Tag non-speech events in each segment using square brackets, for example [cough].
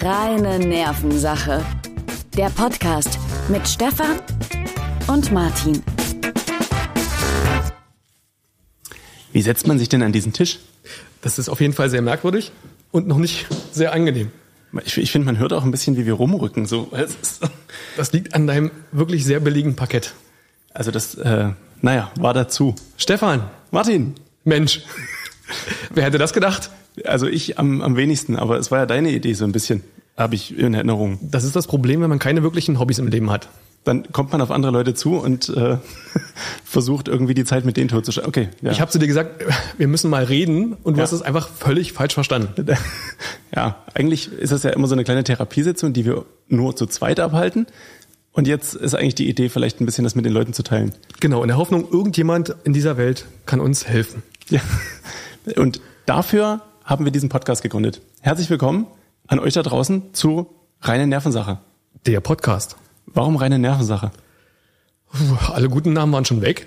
Reine Nervensache. Der Podcast mit Stefan und Martin. Wie setzt man sich denn an diesen Tisch? Das ist auf jeden Fall sehr merkwürdig und noch nicht sehr angenehm. Ich, ich finde, man hört auch ein bisschen, wie wir rumrücken. So. Es ist- Das liegt an deinem wirklich sehr billigen Parkett. Also das, äh, naja, war dazu. Stefan, Martin, Mensch, [laughs] wer hätte das gedacht? also ich am, am wenigsten, aber es war ja deine Idee so ein bisschen, habe ich in Erinnerung. Das ist das Problem, wenn man keine wirklichen Hobbys im Leben hat. Dann kommt man auf andere Leute zu und äh, [laughs] versucht irgendwie die Zeit mit denen totzuschlagen. Okay, ja. Ich habe zu dir gesagt, [laughs] wir müssen mal reden und du Ja. hast es einfach völlig falsch verstanden. [laughs] ja, eigentlich ist das ja immer so eine kleine Therapiesitzung, die wir nur zu zweit abhalten. Und jetzt ist eigentlich die Idee, vielleicht ein bisschen das mit den Leuten zu teilen. Genau, in der Hoffnung, irgendjemand in dieser Welt kann uns helfen. Ja. Und dafür haben wir diesen Podcast gegründet. Herzlich willkommen an euch da draußen zu Reine Nervensache. Der Podcast. Warum reine Nervensache? Puh, alle guten Namen waren schon weg.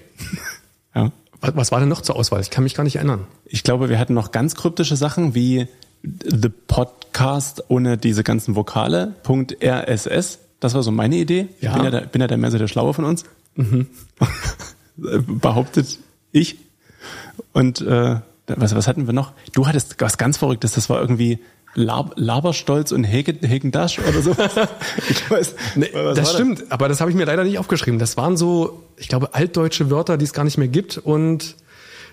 Ja. Was was war denn noch zur Auswahl? Ich kann mich gar nicht erinnern. Ich glaube, wir hatten noch ganz kryptische Sachen wie The Podcast ohne diese ganzen Vokale, Punkt RSS. Das war so meine Idee. Ja. Ich Mhm. bin ja, der, bin ja der mehr so der Schlaue von uns. [laughs] Behauptet ich. Und äh, was, was hatten wir noch? Du hattest was ganz Verrücktes, das war irgendwie Lab, Laberstolz und Hege, Hegendasch oder [laughs] so. ich weiß. Nee, was das war stimmt, aber das habe ich mir leider nicht aufgeschrieben. Das waren so, ich glaube, altdeutsche Wörter, die es gar nicht mehr gibt und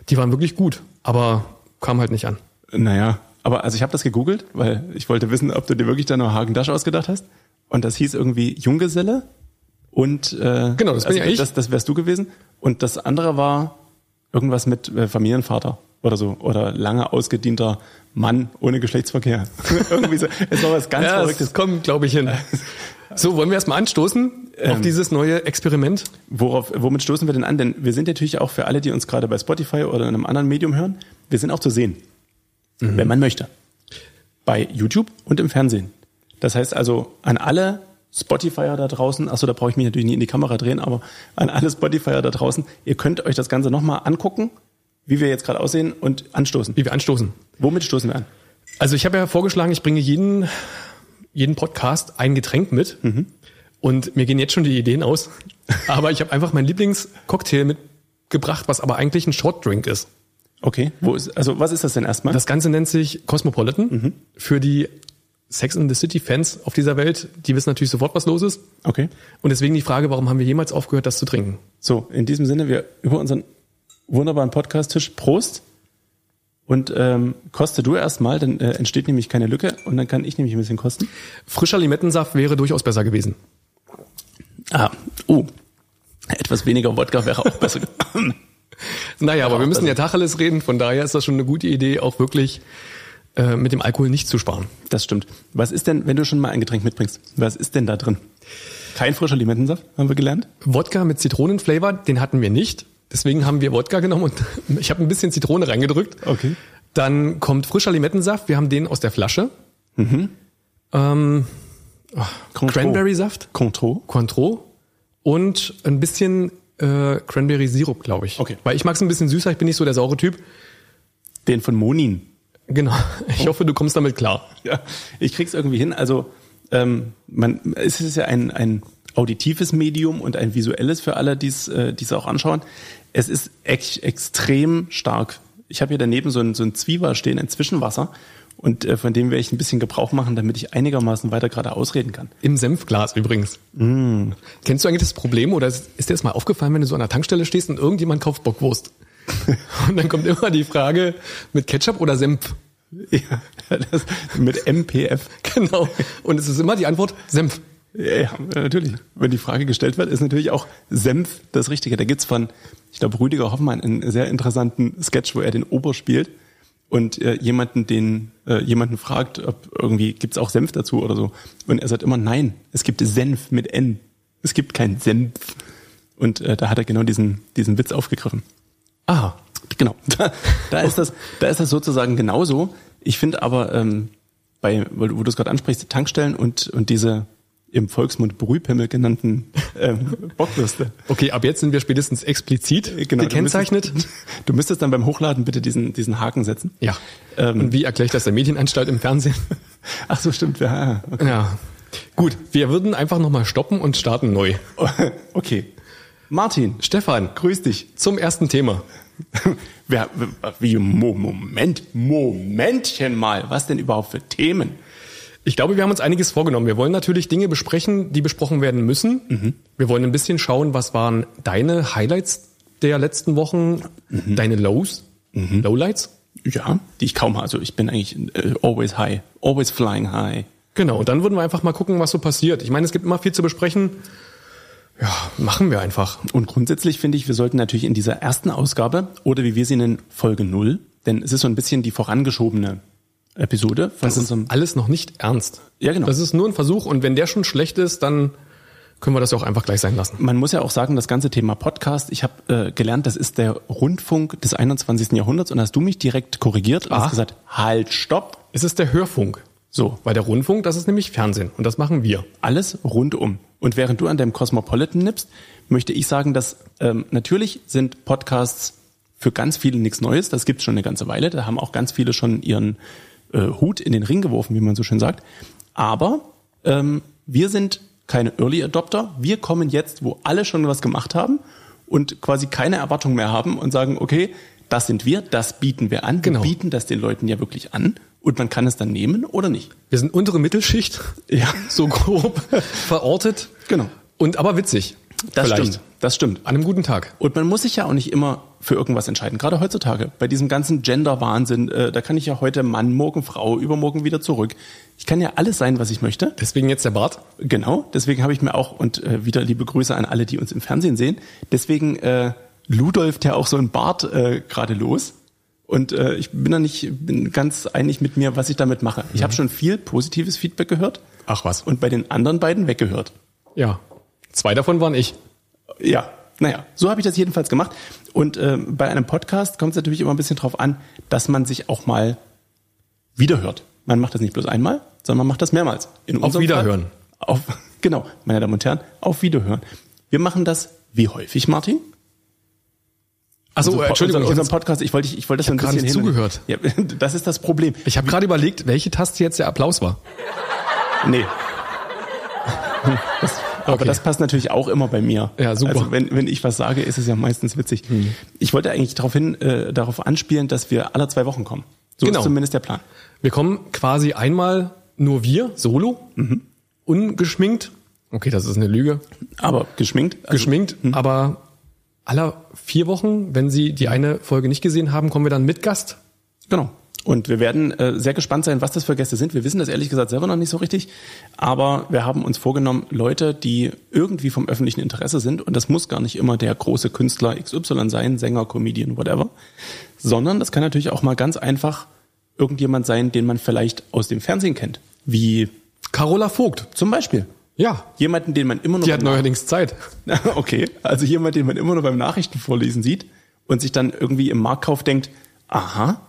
die waren wirklich gut, aber kamen halt nicht an. Naja, aber also ich habe das gegoogelt, weil ich wollte wissen, ob du dir wirklich da nur Hagen Dasch ausgedacht hast. Und das hieß irgendwie Junggeselle. Und äh, Genau, das bin ja ich. Das, das wärst du gewesen. Und das andere war irgendwas mit äh, Familienvater oder so oder lange ausgedienter Mann ohne Geschlechtsverkehr. [laughs] irgendwie so. Es war was ganz Verrücktes. kommt, glaube ich, [laughs] hin. So, wollen wir erstmal anstoßen Ähm. auf dieses neue Experiment? Worauf, womit stoßen wir denn an? Denn wir sind natürlich auch für alle, die uns gerade bei Spotify oder in einem anderen Medium hören, wir sind auch zu sehen, wenn man möchte. Bei YouTube und im Fernsehen. Das heißt also an alle Spotifyer da draußen, achso, da brauche ich mich natürlich nie in die Kamera drehen, aber an alle Spotifyer da draußen, ihr könnt euch das Ganze nochmal angucken, wie wir jetzt gerade aussehen und anstoßen. Wie wir anstoßen. Womit stoßen wir an? Also ich habe ja vorgeschlagen, ich bringe jeden, jeden Podcast ein Getränk mit. Mhm. Und mir gehen jetzt schon die Ideen aus. [laughs] Aber ich habe einfach meinen Lieblingscocktail mitgebracht, was aber eigentlich ein Shortdrink ist. Okay, wo ist, also was ist das denn erstmal? Das Ganze nennt sich Cosmopolitan. Für die Sex and the City Fans auf dieser Welt, die wissen natürlich sofort, was los ist. okay. Und deswegen die Frage, warum haben wir jemals aufgehört, das zu trinken? So, in diesem Sinne, wir über unseren wunderbaren Podcast-Tisch Prost. Und ähm, koste du erstmal, dann äh, entsteht nämlich keine Lücke und dann kann ich nämlich ein bisschen kosten. Frischer Limettensaft wäre durchaus besser gewesen. Ah, oh. Etwas weniger Wodka wäre auch besser. Naja, aber wir müssen ja Tacheles reden, von daher ist das schon eine gute Idee, auch wirklich äh, mit dem Alkohol nicht zu sparen. [laughs] das stimmt. Was ist denn, wenn du schon mal ein Getränk mitbringst, was ist denn da drin? Kein frischer Limettensaft, haben wir gelernt. Wodka mit Zitronenflavor, den hatten wir nicht. Deswegen haben wir Wodka genommen und [laughs] ich habe ein bisschen Zitrone reingedrückt. Okay. Dann kommt frischer Limettensaft. Wir haben den aus der Flasche. Ähm, Cranberry-Saft. Contro. Cointreau und ein bisschen äh, Cranberry-Sirup, glaube ich. Okay. Weil ich mag es ein bisschen süßer, ich bin nicht so der saure Typ. Den von Monin. Genau. [laughs] Ich hoffe, du kommst damit klar. [laughs] Ja, ich krieg's irgendwie hin. Also ähm, man, es ist ja ein, ein auditives Medium und ein visuelles für alle, die äh, es auch anschauen. Es ist ex extrem stark. Ich habe hier daneben so ein, so ein Zwieber stehen, ein Zwischenwasser. Und äh, von dem werde ich ein bisschen Gebrauch machen, damit ich einigermaßen weiter gerade ausreden kann. Im Senfglas übrigens. Mm. Kennst du eigentlich das Problem oder ist ist dir das mal aufgefallen, wenn du so an der Tankstelle stehst und irgendjemand [laughs] kauft Bockwurst? und dann kommt immer die Frage mit Ketchup oder Senf. [laughs] Ja, [laughs] das, mit MPF. Genau. Und es ist immer die Antwort Senf. Ja, natürlich. Wenn die Frage gestellt wird, ist natürlich auch Senf das Richtige. Da gibt's von, ich glaube, Rüdiger Hoffmann einen sehr interessanten Sketch, wo er den Ober spielt und äh, jemanden den äh, jemanden fragt, ob irgendwie gibt's auch Senf dazu oder so. Und er sagt immer, nein, es gibt Senf mit N. Es gibt keinen Senf. Und äh, da hat er genau diesen diesen Witz aufgegriffen. Ah, Genau. [laughs] Da, da ist das, da ist das sozusagen genauso. Ich finde aber, ähm, bei, weil du- wo du es gerade ansprichst, Tankstellen und, und diese im Volksmund Brühpimmel genannten ähm, Bockwürste. okay, ab jetzt sind wir spätestens explizit Genau, gekennzeichnet. Du müsstest, [laughs] du müsstest dann beim Hochladen bitte diesen, diesen Haken setzen. Ähm, Ja. und wie erkläre ich das der Medienanstalt im Fernsehen? Ach so, stimmt. Ja, okay. Ja. Gut, wir würden einfach nochmal stoppen und starten neu. [laughs] okay. Martin, [laughs] Stefan, grüß dich. zum ersten Thema. Wer, wie, Mo- Moment, Momentchen mal. Was denn überhaupt für Themen? Ich glaube, wir haben uns einiges vorgenommen. Wir wollen natürlich Dinge besprechen, die besprochen werden müssen. Mhm. Wir wollen ein bisschen schauen, was waren deine Highlights der letzten Wochen, Mhm. deine Lows, Lowlights. Ja, die ich kaum habe. Also ich bin eigentlich äh, always high, always flying high. Genau, und dann würden wir einfach mal gucken, was so passiert. Ich meine, es gibt immer viel zu besprechen. Ja, machen wir einfach. Und grundsätzlich finde ich, wir sollten natürlich in dieser ersten Ausgabe oder wie wir sie nennen, Folge null, denn es ist so ein bisschen die vorangeschobene Episode von Das ist unserem alles noch nicht ernst. Ja, genau. Das ist nur ein Versuch und wenn der schon schlecht ist, dann können wir das ja auch einfach gleich sein lassen. man muss ja auch sagen, das ganze Thema Podcast, ich habe äh, gelernt, das ist der Rundfunk des 21. Jahrhunderts und hast du mich direkt korrigiert und hast Ah. gesagt, halt, stopp. Es ist der Hörfunk. So, Weil der Rundfunk, das ist nämlich Fernsehen und das machen wir. alles rundum. Und während du an deinem Cosmopolitan nippst, möchte ich sagen, dass ähm, natürlich sind Podcasts für ganz viele nichts Neues. Das gibt's schon eine ganze Weile. Da haben auch ganz viele schon ihren äh, Hut in den Ring geworfen, wie man so schön sagt. Aber ähm, wir sind keine Early Adopter. Wir kommen jetzt, wo alle schon was gemacht haben und quasi keine Erwartung mehr haben und sagen, okay, das sind wir, das bieten wir an. Genau. Wir bieten das den Leuten ja wirklich an und man kann es dann nehmen oder nicht. Wir sind untere Mittelschicht, [laughs] Ja. so grob verortet. Genau. Und aber witzig. Das Vielleicht. stimmt. Das stimmt. An einem guten Tag. Und man muss sich ja auch nicht immer für irgendwas entscheiden, gerade heutzutage. Bei diesem ganzen Gender-Wahnsinn, äh, da kann ich ja heute Mann, morgen Frau, übermorgen wieder zurück. Ich kann ja alles sein, was ich möchte. Deswegen jetzt der Bart. Genau, deswegen habe ich mir auch, und äh, wieder liebe Grüße an alle, die uns im Fernsehen sehen, deswegen äh, ludolft ja auch so ein Bart äh, gerade los. Und äh, ich bin da nicht bin ganz einig mit mir, was ich damit mache. Ich habe schon viel positives Feedback gehört Ach was. Und und bei den anderen beiden weggehört. ja. Zwei davon waren ich. Ja, naja, so habe ich das jedenfalls gemacht. Und ähm, bei einem Podcast kommt es natürlich immer ein bisschen drauf an, dass man sich auch mal wiederhört. Man macht das nicht bloß einmal, sondern man macht das mehrmals. In unserem Wiederhören. Fall, auf, [laughs] genau, meine Damen und Herren, auf Wiederhören. Wir machen das wie häufig, Martin? Achso, Po- äh, Entschuldigung, unser, ich, unseren hab's- Podcast, ich wollte, ich, ich wollte das ich ein hab bisschen gerade nicht hin- Ja, [laughs] das ist das Problem. ich habe gerade überlegt, welche Taste jetzt der Applaus war. Nee. [laughs] Das, Aber Okay. das passt natürlich auch immer bei mir. Ja, super. Hm. Also wenn, wenn ich was sage, ist es ja meistens witzig. Ich wollte eigentlich darauf hin, äh, darauf anspielen, dass wir alle zwei Wochen kommen. So Genau. ist zumindest der Plan. Wir kommen quasi einmal nur wir, solo, Mhm. ungeschminkt. Okay, das ist eine Lüge. Aber geschminkt. also- geschminkt, aber aller vier Wochen, wenn Sie die eine Folge nicht gesehen haben, kommen wir dann mit Gast. Genau. Und wir werden äh, sehr gespannt sein, was das für Gäste sind. Wir wissen das ehrlich gesagt selber noch nicht so richtig. Aber wir haben uns vorgenommen, Leute, die irgendwie vom öffentlichen Interesse sind, und das muss gar nicht immer der große Künstler XY sein, Sänger, Comedian, whatever, sondern das kann natürlich auch mal ganz einfach irgendjemand sein, den man vielleicht aus dem Fernsehen kennt. Wie Carola Vogt. zum Beispiel Ja. jemanden, den man immer nur Die hat beim neuerdings Zeit. [laughs] Okay, also jemand, den man immer nur beim Nachrichtenvorlesen sieht und sich dann irgendwie im Marktkauf denkt, aha,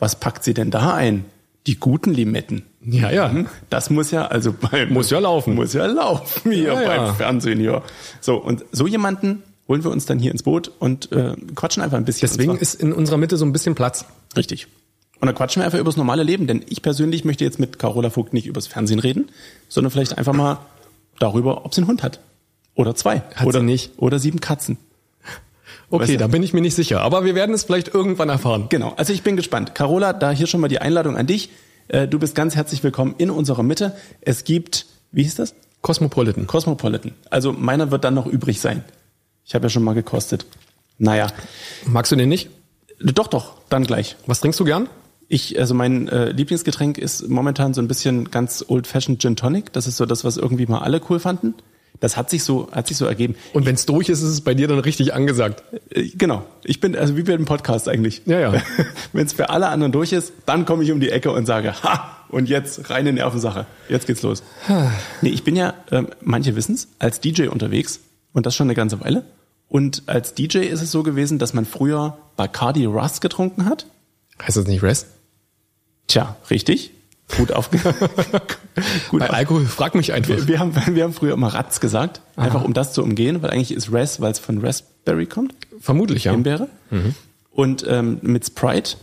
was packt sie denn da ein? Die guten Limetten. Ja, ja. Mhm, Das muss ja also [laughs] beim Muss ja laufen. Muss ja laufen hier Ja, beim ja. Fernsehen hier. So und so jemanden holen wir uns dann hier ins Boot und äh, quatschen einfach ein bisschen. Deswegen Und zwar- ist in unserer Mitte so ein bisschen Platz. richtig. Und dann quatschen wir einfach über das normale Leben, denn ich persönlich möchte jetzt mit Carola Vogt nicht übers Fernsehen reden, sondern vielleicht einfach mal darüber, ob sie einen Hund hat oder zwei Hat oder sie nicht. oder sieben Katzen. Okay, Weißt du- da bin ich mir nicht sicher. Aber wir werden es vielleicht irgendwann erfahren. Genau, also ich bin gespannt. Carola, da hier schon mal die Einladung an dich. Äh, Du bist ganz herzlich willkommen in unserer Mitte. Es gibt, wie hieß das? Cosmopolitan. Cosmopolitan. Also meiner wird dann noch übrig sein. Ich habe ja schon mal gekostet. Naja, Magst du den nicht? doch, doch, dann gleich. Was trinkst du gern? Ich, also mein äh, Lieblingsgetränk ist momentan so ein bisschen ganz old-fashioned Gin Tonic. Das ist so das, was irgendwie mal alle cool fanden. Das hat sich so, hat sich so ergeben. Und wenn es durch ist, ist es bei dir dann richtig angesagt. Äh, Genau. Ich bin, also wie bei dem Podcast eigentlich. [laughs] Ja, ja. Wenn es für alle anderen durch ist, dann komme ich um die Ecke und sage, ha, und jetzt reine Nervensache. Jetzt geht's [sighs] los. Nee, ich bin ja, ähm, manche wissen's, als DJ unterwegs und das schon eine ganze Weile. Und als DJ ist es so gewesen, dass man früher Bacardi Rust getrunken hat. Heißt das nicht Rest? Tja, richtig. Gut [laughs] aufgehört. [laughs] Gut Bei Alkohol frag mich einfach. wir, wir, haben, wir haben früher immer Ratz gesagt, einfach um das zu umgehen, weil eigentlich ist Res, weil es von Raspberry kommt. Vermutlich, ja. Himbeere. Mhm. Und ähm, mit Sprite,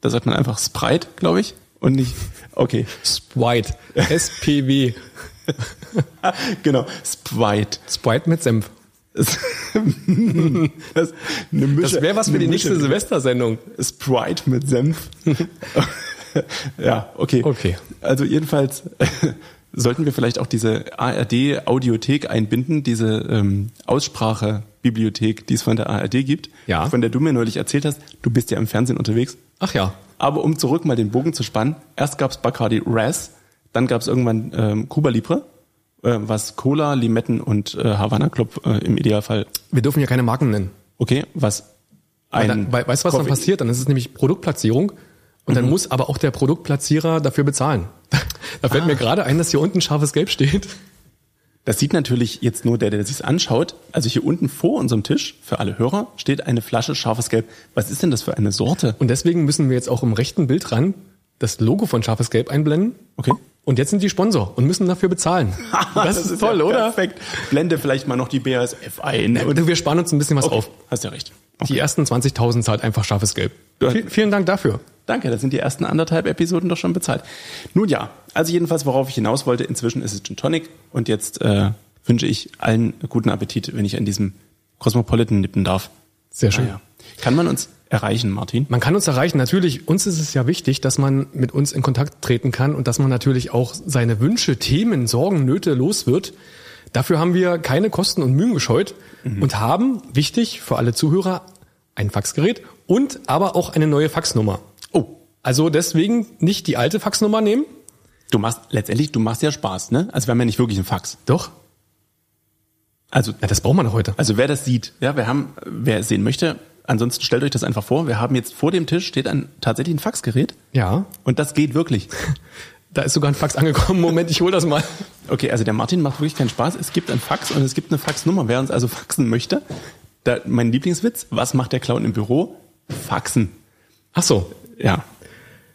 da sagt man einfach Sprite, glaube ich. Und nicht, okay. White. SPW. [laughs] genau, Sprite. [laughs] Sprite mit Senf. Das, das, eine Mische, Das wäre was für eine die nächste Mische. Silvestersendung. Sprite mit [laughs] Senf. ja, okay. Okay. Also jedenfalls [laughs] sollten wir vielleicht auch diese ARD-Audiothek einbinden, diese ähm, Aussprache-Bibliothek, die es von der ARD gibt, Ja. von der du mir neulich erzählt hast. Du bist ja im Fernsehen unterwegs. Ach ja. Aber um zurück mal den Bogen zu spannen, erst gab's Bacardi Ras, dann gab's irgendwann ähm, Cuba Libre, äh, was Cola, Limetten und äh, Havana Club äh, im Idealfall, Wir dürfen ja keine Marken nennen. okay, was Weil ein... dann, weil, weißt du, was dann Koffein- passiert? Dann ist es nämlich Produktplatzierung und Mhm. dann muss aber auch der Produktplatzierer dafür bezahlen. [laughs] Da fällt mir Ah. gerade ein, dass hier unten scharfes Gelb steht. Das sieht natürlich jetzt nur der, der sich's anschaut. Also hier unten vor unserem Tisch, für alle Hörer, steht eine Flasche scharfes Gelb. Was ist denn das für eine Sorte? [laughs] Und deswegen müssen wir jetzt auch im rechten Bild ran das Logo von scharfes Gelb einblenden. Okay. Und jetzt sind die Sponsor und müssen dafür [laughs] bezahlen. Das, ist toll, ja oder? Perfekt. Blende vielleicht mal noch die BASF ein. Und wir sparen uns ein bisschen was Okay, auf. Hast ja recht. Die ersten 20.000 zahlt einfach scharfes Gelb. Ja. Vi- vielen Dank dafür. Danke, da sind die ersten anderthalb Episoden doch schon bezahlt. Nun ja, also jedenfalls, worauf ich hinaus wollte, inzwischen ist es Gin Tonic und jetzt äh, wünsche ich allen guten Appetit, wenn ich an diesem Cosmopolitan nippen darf. Sehr schön. Naja. Kann man uns erreichen, Martin? Man kann uns erreichen. Natürlich, uns ist es ja wichtig, dass man mit uns in Kontakt treten kann und dass man natürlich auch seine Wünsche, Themen, Sorgen, Nöte los wird. Dafür haben wir keine Kosten und Mühen gescheut und haben, wichtig für alle Zuhörer, ein Faxgerät und aber auch eine neue Faxnummer. Oh, Also deswegen nicht die alte Faxnummer nehmen. du machst letztendlich, du machst ja Spaß, ne? Also wir haben ja nicht wirklich einen Fax. Doch. Also, Ja, das brauchen wir noch heute. also wer das sieht, ja, wir haben, wer es sehen möchte, ansonsten stellt euch das einfach vor. Wir haben jetzt vor dem Tisch steht ein tatsächlich ein Faxgerät Ja. und das geht wirklich. Da ist sogar ein Fax angekommen. Moment, ich hole das mal. Okay, also der Martin macht wirklich keinen Spaß. Es gibt ein Fax und es gibt eine Faxnummer. Wer uns also faxen möchte, da, mein Lieblingswitz, was macht der Clown im Büro? Faxen. Ach so. Ja.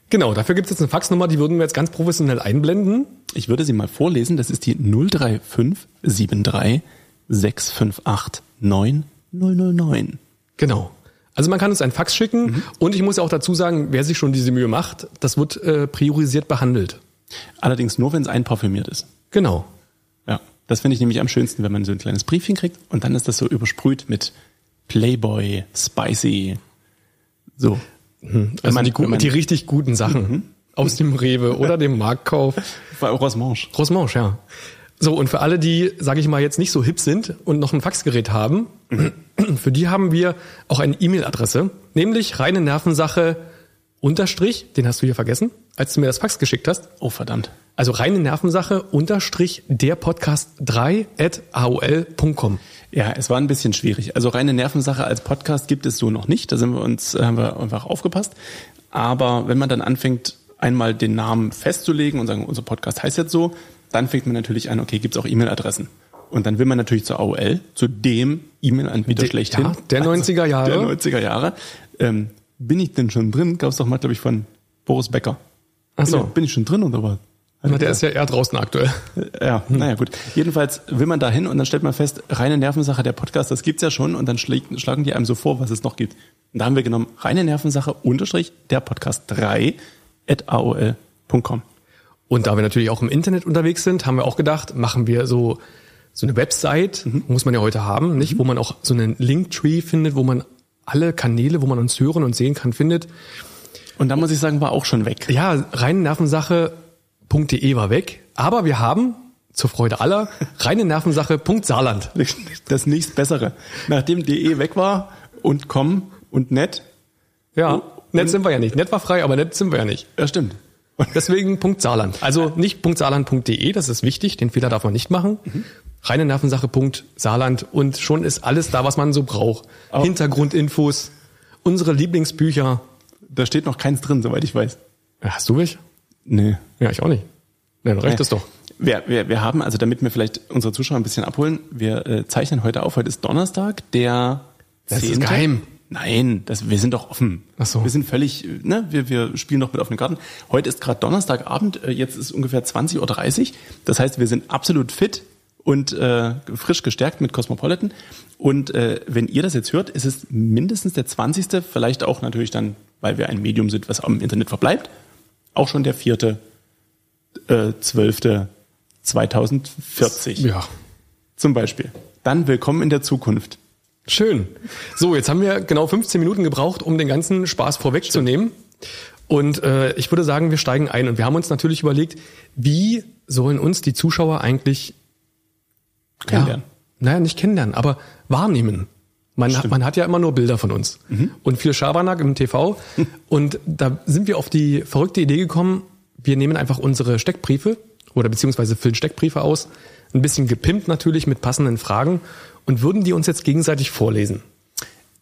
Genau, dafür gibt es jetzt eine Faxnummer, die würden wir jetzt ganz professionell einblenden. Ich würde sie mal vorlesen. Das ist die 03573 658 9009. Genau. Also man kann uns einen Fax schicken Mhm. und ich muss ja auch dazu sagen, wer sich schon diese Mühe macht, das wird äh, priorisiert behandelt. Allerdings nur, wenn es einparfümiert ist. Genau. Ja. Das finde ich nämlich am schönsten, wenn man so ein kleines Briefchen kriegt und dann ist das so übersprüht mit Playboy, Spicy. So. Also man- die, wenn guten, man- Mhm. die richtig guten Sachen aus dem Rewe oder dem Marktkauf. War Rosemanche. Rosemanche, ja. So, und für alle, die, sage ich mal, jetzt nicht so hip sind und noch ein Faxgerät haben, Mhm. für die haben wir auch eine E-Mail-Adresse, nämlich reine Nervensache unterstrich, den hast du hier vergessen, als du mir das Fax geschickt hast. Oh, verdammt. Also reine Nervensache unterstrich der Podcast 3 at aol.com. Ja, es war ein bisschen schwierig. Also reine Nervensache als Podcast gibt es so noch nicht. Da sind wir uns, äh, haben wir einfach aufgepasst. Aber wenn man dann anfängt, einmal den Namen festzulegen und sagen, unser Podcast heißt jetzt so, dann fängt man natürlich an, okay, gibt's auch E-Mail-Adressen. Und dann will man natürlich zur AOL, zu dem E-Mail-Anbieter De- schlechthin. Also, ja, der 90er Jahre. Der 90er Jahre. Ähm, bin ich denn schon drin? Gab's doch mal, glaube ich, von Boris Becker. Ach so. Bin, ich- bin ich schon drin oder was? Na, der ist ja eher draußen aktuell. Ja, naja, gut. Jedenfalls will man da hin und dann stellt man fest, reine Nervensache, der Podcast, das gibt's ja schon und dann schlägt, schlagen die einem so vor, was es noch gibt. Und da haben wir genommen, reine Nervensache, Unterstrich, der Podcast 3 at aol.com. Und da wir natürlich auch im Internet unterwegs sind, haben wir auch gedacht, machen wir so, so eine Website, muss man ja heute haben, nicht? Wo man auch so einen Linktree findet, wo man alle Kanäle, wo man uns hören und sehen kann, findet. Und da muss ich sagen, war auch schon weg. Ja, reine Nervensache.de E war weg, aber wir haben zur Freude [laughs] aller reine Nervensache.saarland. [laughs] Das nächst bessere. Nachdem DE weg war und com und net, Ja, nett sind wir ja nicht. Nett war frei, aber nett sind wir ja nicht. ja stimmt. Und Deswegen Punkt Saarland. Also nicht Punkt Saarland.de, das ist wichtig, den Fehler darf man nicht machen. Reine Nervensache Punkt Saarland und schon ist alles da, was man so braucht. Aber- Hintergrundinfos, unsere Lieblingsbücher. da steht noch keins drin, soweit ich weiß. Ja, hast du mich? Nee. Ja, ich auch nicht. Ja, du recht ist doch. Wir, wir, wir haben, also damit wir vielleicht unsere Zuschauer ein bisschen abholen, wir äh, zeichnen heute auf, heute ist Donnerstag, der Das ist 10.. geheim. Nein, das, wir sind doch offen. Ach so. Wir sind völlig, äh, ne, wir, wir spielen doch mit offenen Karten. Heute ist gerade Donnerstagabend, äh, jetzt ist ungefähr 20.30 Uhr. Das heißt, wir sind absolut fit und äh, frisch gestärkt mit Cosmopolitan. Und äh, wenn ihr das jetzt hört, ist es mindestens der 20., vielleicht auch natürlich dann, weil wir ein Medium sind, was am Internet verbleibt, auch schon der vierte äh, 12.2040 Ja. zum Beispiel. Dann willkommen in der Zukunft. Schön. So, jetzt haben wir genau 15 Minuten gebraucht, um den ganzen Spaß vorwegzunehmen. Und äh, ich würde sagen, wir steigen ein. Und wir haben uns natürlich überlegt, wie sollen uns die Zuschauer eigentlich Kennenlernen. Ja, naja, nicht kennenlernen, aber wahrnehmen. Man, hat, man hat ja immer nur Bilder von uns und viel Schabernack im TV. und da sind wir auf die verrückte Idee gekommen, wir nehmen einfach unsere Steckbriefe oder beziehungsweise füllen Steckbriefe aus, ein bisschen gepimpt natürlich mit passenden Fragen und würden die uns jetzt gegenseitig vorlesen.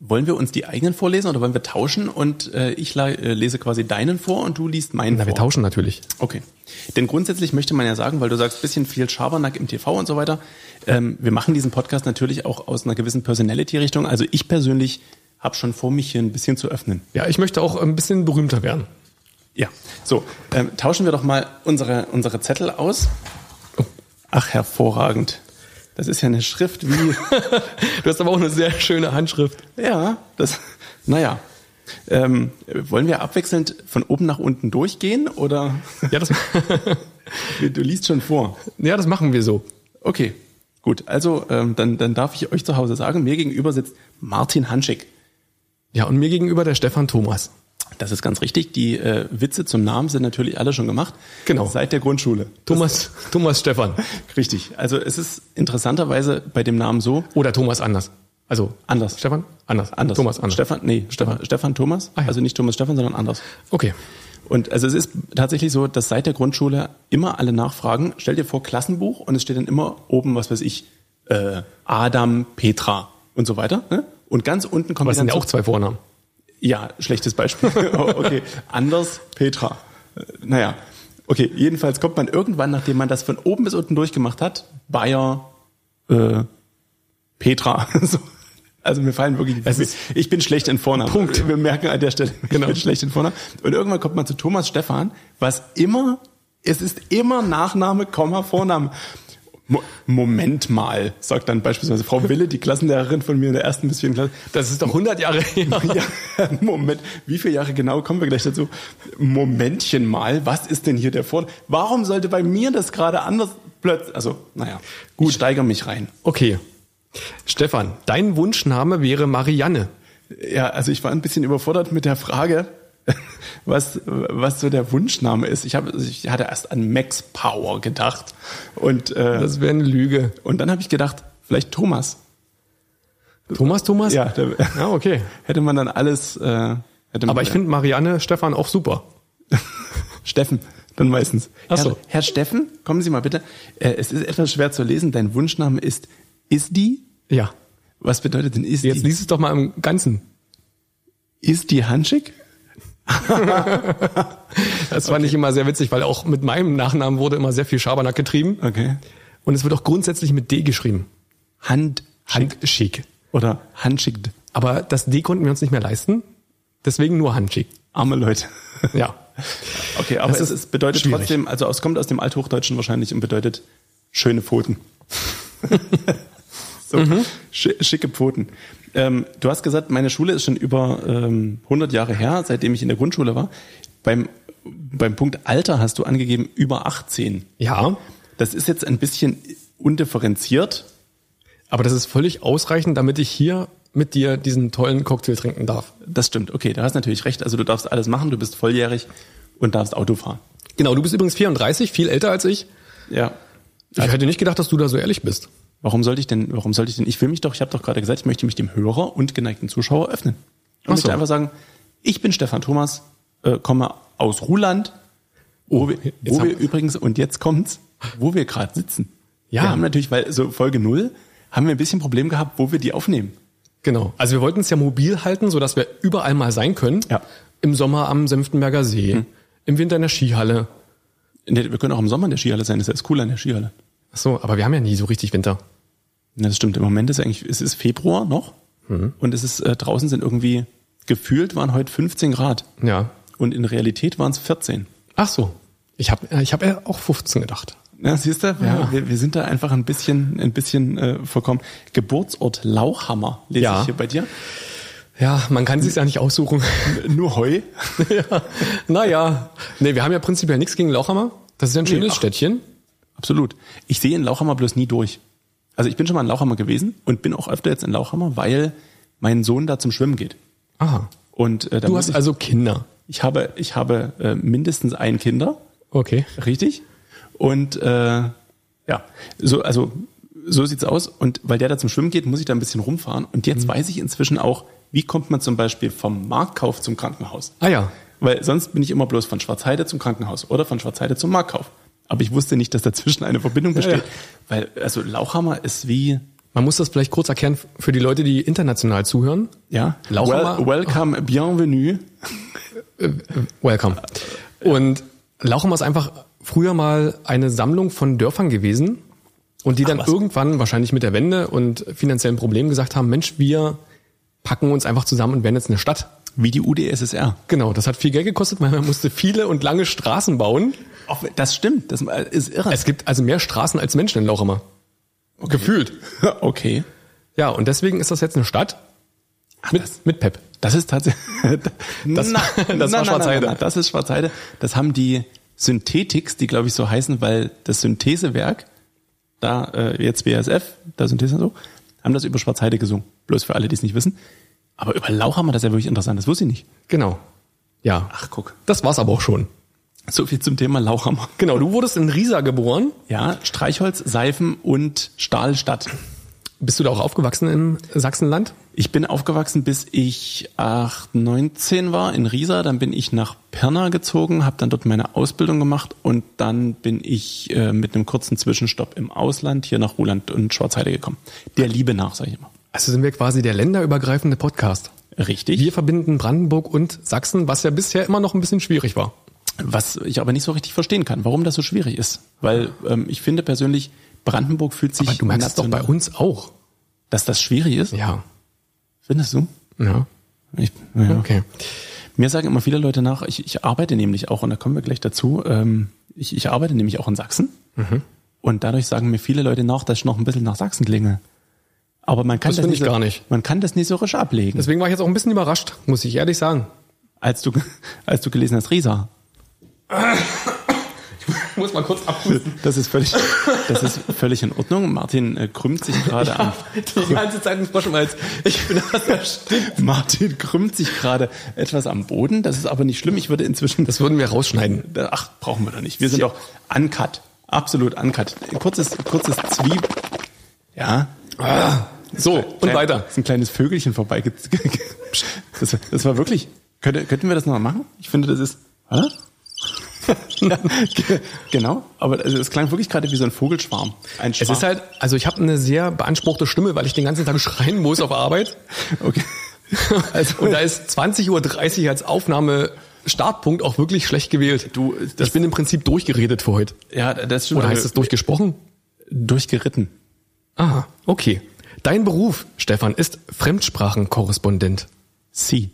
Wollen wir uns die eigenen vorlesen oder wollen wir tauschen und äh, ich la- äh, lese quasi deinen vor und du liest meinen Na, vor? wir tauschen natürlich. Okay. Denn grundsätzlich möchte man ja sagen, weil du sagst, bisschen viel Schabernack im TV und so weiter. Ähm, wir machen diesen Podcast natürlich auch aus einer gewissen Personality-Richtung. Also ich persönlich habe schon vor, mich hier ein bisschen zu öffnen. Ja, ich möchte auch ein bisschen berühmter werden. Ja. So, ähm, tauschen wir doch mal unsere, unsere Zettel aus. Ach, hervorragend. Das ist ja eine Schrift [laughs] wie. Du hast aber auch eine sehr schöne Handschrift. ja, das. Naja. Ähm, wollen wir abwechselnd von oben nach unten durchgehen oder Ja, das, [laughs] du liest schon vor? ja, das machen wir so. Okay, gut. Also ähm, dann, dann darf ich euch zu Hause sagen, mir gegenüber sitzt Martin Hanschig. Ja, und mir gegenüber der Stefan Thomas. Das ist ganz richtig. Die äh, Witze zum Namen sind natürlich alle schon gemacht. Genau. Seit der Grundschule. Thomas, Thomas Stefan. Das- Richtig. Also es ist interessanterweise bei dem Namen so. Oder Thomas anders. Also Anders. Stefan anders. Anders. Thomas anders. Stefan, nee, Stefan, Stefan Thomas. Ah ja. Also nicht Thomas Stefan, sondern anders. Okay. Und also es ist tatsächlich so, dass seit der Grundschule immer alle nachfragen, stell dir vor Klassenbuch und es steht dann immer oben, was weiß ich, äh, Adam, Petra und so weiter. Ne? Und ganz unten kommt Aber es die sind ja ganze- auch zwei Vornamen. Ja, schlechtes [laughs] Beispiel. Oh, okay, anders Petra. Äh, Naja, okay, jedenfalls kommt man irgendwann, nachdem man das von oben bis unten durchgemacht hat, Bayer, äh, Petra. [laughs] So. Also mir fallen wirklich, ist- ich bin schlecht in Vornamen. Punkt. Wir merken an der Stelle, [laughs] ich Genau. bin schlecht in Vornamen. Und irgendwann kommt man zu Thomas Stefan, was immer, es ist immer Nachname, Komma, Vorname. Mo Moment mal, sagt dann beispielsweise Frau Wille, die Klassenlehrerin von mir in der ersten bis vierten Klasse. Das ist doch 100 [laughs] Jahre her. Ja, Moment, wie viele Jahre genau kommen wir gleich dazu? Momentchen mal, was ist denn hier der Vorteil? Warum sollte bei mir das gerade anders plötzlich? Also, naja, gut, ich steigere mich rein. Okay. Stefan, dein Wunschname wäre Marianne. Ja, also ich war ein bisschen überfordert mit der Frage, was, was so der Wunschname ist. Ich, habe, also ich hatte erst an Max Power gedacht und, äh, Das wäre eine Lüge. und dann habe ich gedacht, vielleicht Thomas. Thomas, Thomas? Ja, da, Ja, okay. hätte man dann alles. Äh, hätte man Aber ich finde Marianne, Stefan auch super. Steffen, dann meistens. Ach so. Herr, Herr Steffen, kommen Sie mal bitte. Äh, es ist etwas schwer zu lesen. Dein Wunschname ist Isdi. Ja. Was bedeutet denn Isdi? Jetzt lies es doch mal im Ganzen. Isdi Hanschig? Das fand ich immer sehr witzig, weil auch mit meinem Nachnamen wurde immer sehr viel Schabernack getrieben. Okay. Und es wird auch grundsätzlich mit D geschrieben. Hand Handschick. oder Handschickt. Aber das D konnten wir uns nicht mehr leisten. Deswegen [laughs] nur Handschick. Arme Leute. Ja. Okay, aber Das es ist ist, bedeutet schwierig. trotzdem, also es kommt aus dem Althochdeutschen wahrscheinlich und bedeutet schöne Pfoten. [laughs] so, schi- schicke Pfoten. Ähm, du hast gesagt, meine Schule ist schon über ähm, 100 Jahre her, seitdem ich in der Grundschule war. Beim, beim Punkt Alter hast du angegeben über 18. Ja. Das ist jetzt ein bisschen undifferenziert. Aber das ist völlig ausreichend, damit ich hier mit dir diesen tollen Cocktail trinken darf. Das stimmt, okay, da hast natürlich recht. Also du darfst alles machen, du bist volljährig und darfst Auto fahren. Genau, du bist übrigens 34, viel älter als ich. Ja. Ich hätte nicht gedacht, dass du da so ehrlich bist. Warum sollte ich denn, warum sollte ich denn, ich will mich doch, ich habe doch gerade gesagt, ich möchte mich dem Hörer und geneigten Zuschauer öffnen. Ach Und möchte so. einfach sagen, ich bin Stefan Thomas, äh, komme aus Ruhland, wo, wir, Oh, jetzt wo haben- wir übrigens, und jetzt kommt's, wo wir gerade sitzen. Ja. Wir haben natürlich, weil so Folge null haben wir ein bisschen Problem gehabt, wo wir die aufnehmen. Genau. Also wir wollten es ja mobil halten, sodass wir überall mal sein können. Ja. Im Sommer am Senftenberger See, im Winter in der Skihalle. Nee, Wir können auch im Sommer in der Skihalle sein, das ist ja das Coole an der Skihalle. Ach so, aber wir haben ja nie so richtig Winter. Na, Das stimmt, im Moment ist eigentlich, es ist Februar noch Mhm. und es ist, äh, draußen sind irgendwie, gefühlt waren heute 15 Grad Ja. und in Realität waren es 14. Ach so. Ich habe ich hab ja auch 15 gedacht. Ja, siehst du, wir, wir, wir sind da einfach ein bisschen, ein bisschen äh, verkommen. Geburtsort Lauchhammer lese Ja. ich hier bei dir. Ja, man kann sich's ja nicht aussuchen. Nur Heu. [laughs] ja. Naja. Nee, wir haben ja prinzipiell nichts gegen Lauchhammer. Das ist ja ein schönes ach. Städtchen. Absolut. Ich sehe in Lauchhammer bloß nie durch. Also ich bin schon mal in Lauchhammer gewesen und bin auch öfter jetzt in Lauchhammer, weil mein Sohn da zum Schwimmen geht. Aha. Und äh, da Du muss hast ich, also Kinder. ich habe, ich habe äh, mindestens ein Kinder, Okay. richtig? Und äh, ja, so also so sieht's aus. Und weil der da zum Schwimmen geht, muss ich da ein bisschen rumfahren. Und jetzt Mhm. weiß ich inzwischen auch, wie kommt man zum Beispiel vom Marktkauf zum Krankenhaus? Ah ja. Weil sonst bin ich immer bloß von Schwarzheide zum Krankenhaus oder von Schwarzheide zum Marktkauf. Aber ich wusste nicht, dass dazwischen eine Verbindung besteht. ja. Weil, also Lauchhammer ist wie, Man muss das vielleicht kurz erklären für die Leute, die international zuhören. ja, Lauchhammer- Well, welcome, bienvenue. Welcome. Und Lauchhammer ist einfach früher mal eine Sammlung von Dörfern gewesen und die dann was. irgendwann wahrscheinlich mit der Wende und finanziellen Problemen gesagt haben, Mensch, wir packen uns einfach zusammen und werden jetzt eine Stadt. Wie die UdSSR. Genau, das hat viel Geld gekostet, weil man musste viele und lange Straßen bauen. Auch wenn- Das stimmt, das ist irre. Es gibt also mehr Straßen als Menschen in Lauchhammer. Gefühlt. okay. Ja, und deswegen ist das jetzt eine Stadt mit, mit Pep. Ah, Das ist tatsächlich, [laughs] Das- das war Schwarzheide. das ist Schwarzheide. Das haben die Synthetics, die glaube ich so heißen, weil das Synthesewerk, da äh, jetzt BASF, da Synthese und so, haben das über Schwarzheide gesungen. Bloß für alle, die es nicht wissen. Aber über Lauch haben wir das ja wirklich interessant, das wusste ich nicht. Genau. Ja. Ach, guck. Das war's aber auch schon. So viel zum Thema Lauchhammer. Genau, du wurdest in Riesa geboren. Ja, Streichholz, Seifen und Stahlstadt. Bist du da auch aufgewachsen im Sachsenland? Ich bin aufgewachsen, bis ich 8, 19 war in Riesa. Dann bin ich nach Pirna gezogen, habe dann dort meine Ausbildung gemacht und dann bin ich äh, mit einem kurzen Zwischenstopp im Ausland hier nach Ruland und Schwarzheide gekommen. Der Liebe nach, sage ich immer. Also sind wir quasi der länderübergreifende Podcast. Richtig. Wir verbinden Brandenburg und Sachsen, was ja bisher immer noch ein bisschen schwierig war. Was ich aber nicht so richtig verstehen kann, warum das so schwierig ist. Weil ähm, ich finde persönlich, Brandenburg fühlt sich. Aber du merkst es doch bei national- uns auch. Dass das schwierig ist? Ja. Findest du? Ja. Ich, naja. Okay. Mir sagen immer viele Leute nach, ich, ich arbeite nämlich auch, und da kommen wir gleich dazu, ähm, ich, ich arbeite nämlich auch in Sachsen. Mhm. Und dadurch sagen mir viele Leute nach, dass ich noch ein bisschen nach Sachsen klinge. Aber man kann Das das, finde nicht, ich so, gar nicht. Man kann das nicht so risch ablegen. Deswegen war ich jetzt auch ein bisschen überrascht, muss ich ehrlich sagen. [laughs] als du, als du gelesen hast, Riesa. Ich muss mal kurz abhusten. Das ist [laughs] völlig, das ist völlig in Ordnung. Martin äh, krümmt sich gerade an. Die ganze Zeit ein Frosch im Hals. Ich bin das erstickt. Martin krümmt sich gerade etwas am Boden. Das ist aber nicht schlimm. Ich würde inzwischen Das würden wir rausschneiden. Ach, brauchen wir doch nicht. Wir sind doch uncut. Absolut uncut. Kurzes, kurzes Zwieb. Ja. Ah. So, und Klein- weiter. Ist ein kleines Vögelchen vorbeigezogen. Das, das war wirklich. Könnte, könnten wir das nochmal machen? Ich finde, das ist. Hä? [laughs] Ge- genau. Aber also es klang wirklich gerade wie so ein Vogelschwarm. Ein Es Schwarm. ist halt, also ich habe eine sehr beanspruchte Stimme, weil ich den ganzen Tag [laughs] schreien muss auf Arbeit. Okay. [laughs] Also, und da ist 20.30 Uhr als Aufnahme-Startpunkt auch wirklich schlecht gewählt. Du, das- Äh, ich bin im Prinzip durchgeredet für heute. Ja, das stimmt. Oder heißt es durchgesprochen? durchgeritten? Ah, okay. Dein Beruf, Stefan, ist Fremdsprachenkorrespondent. Sie.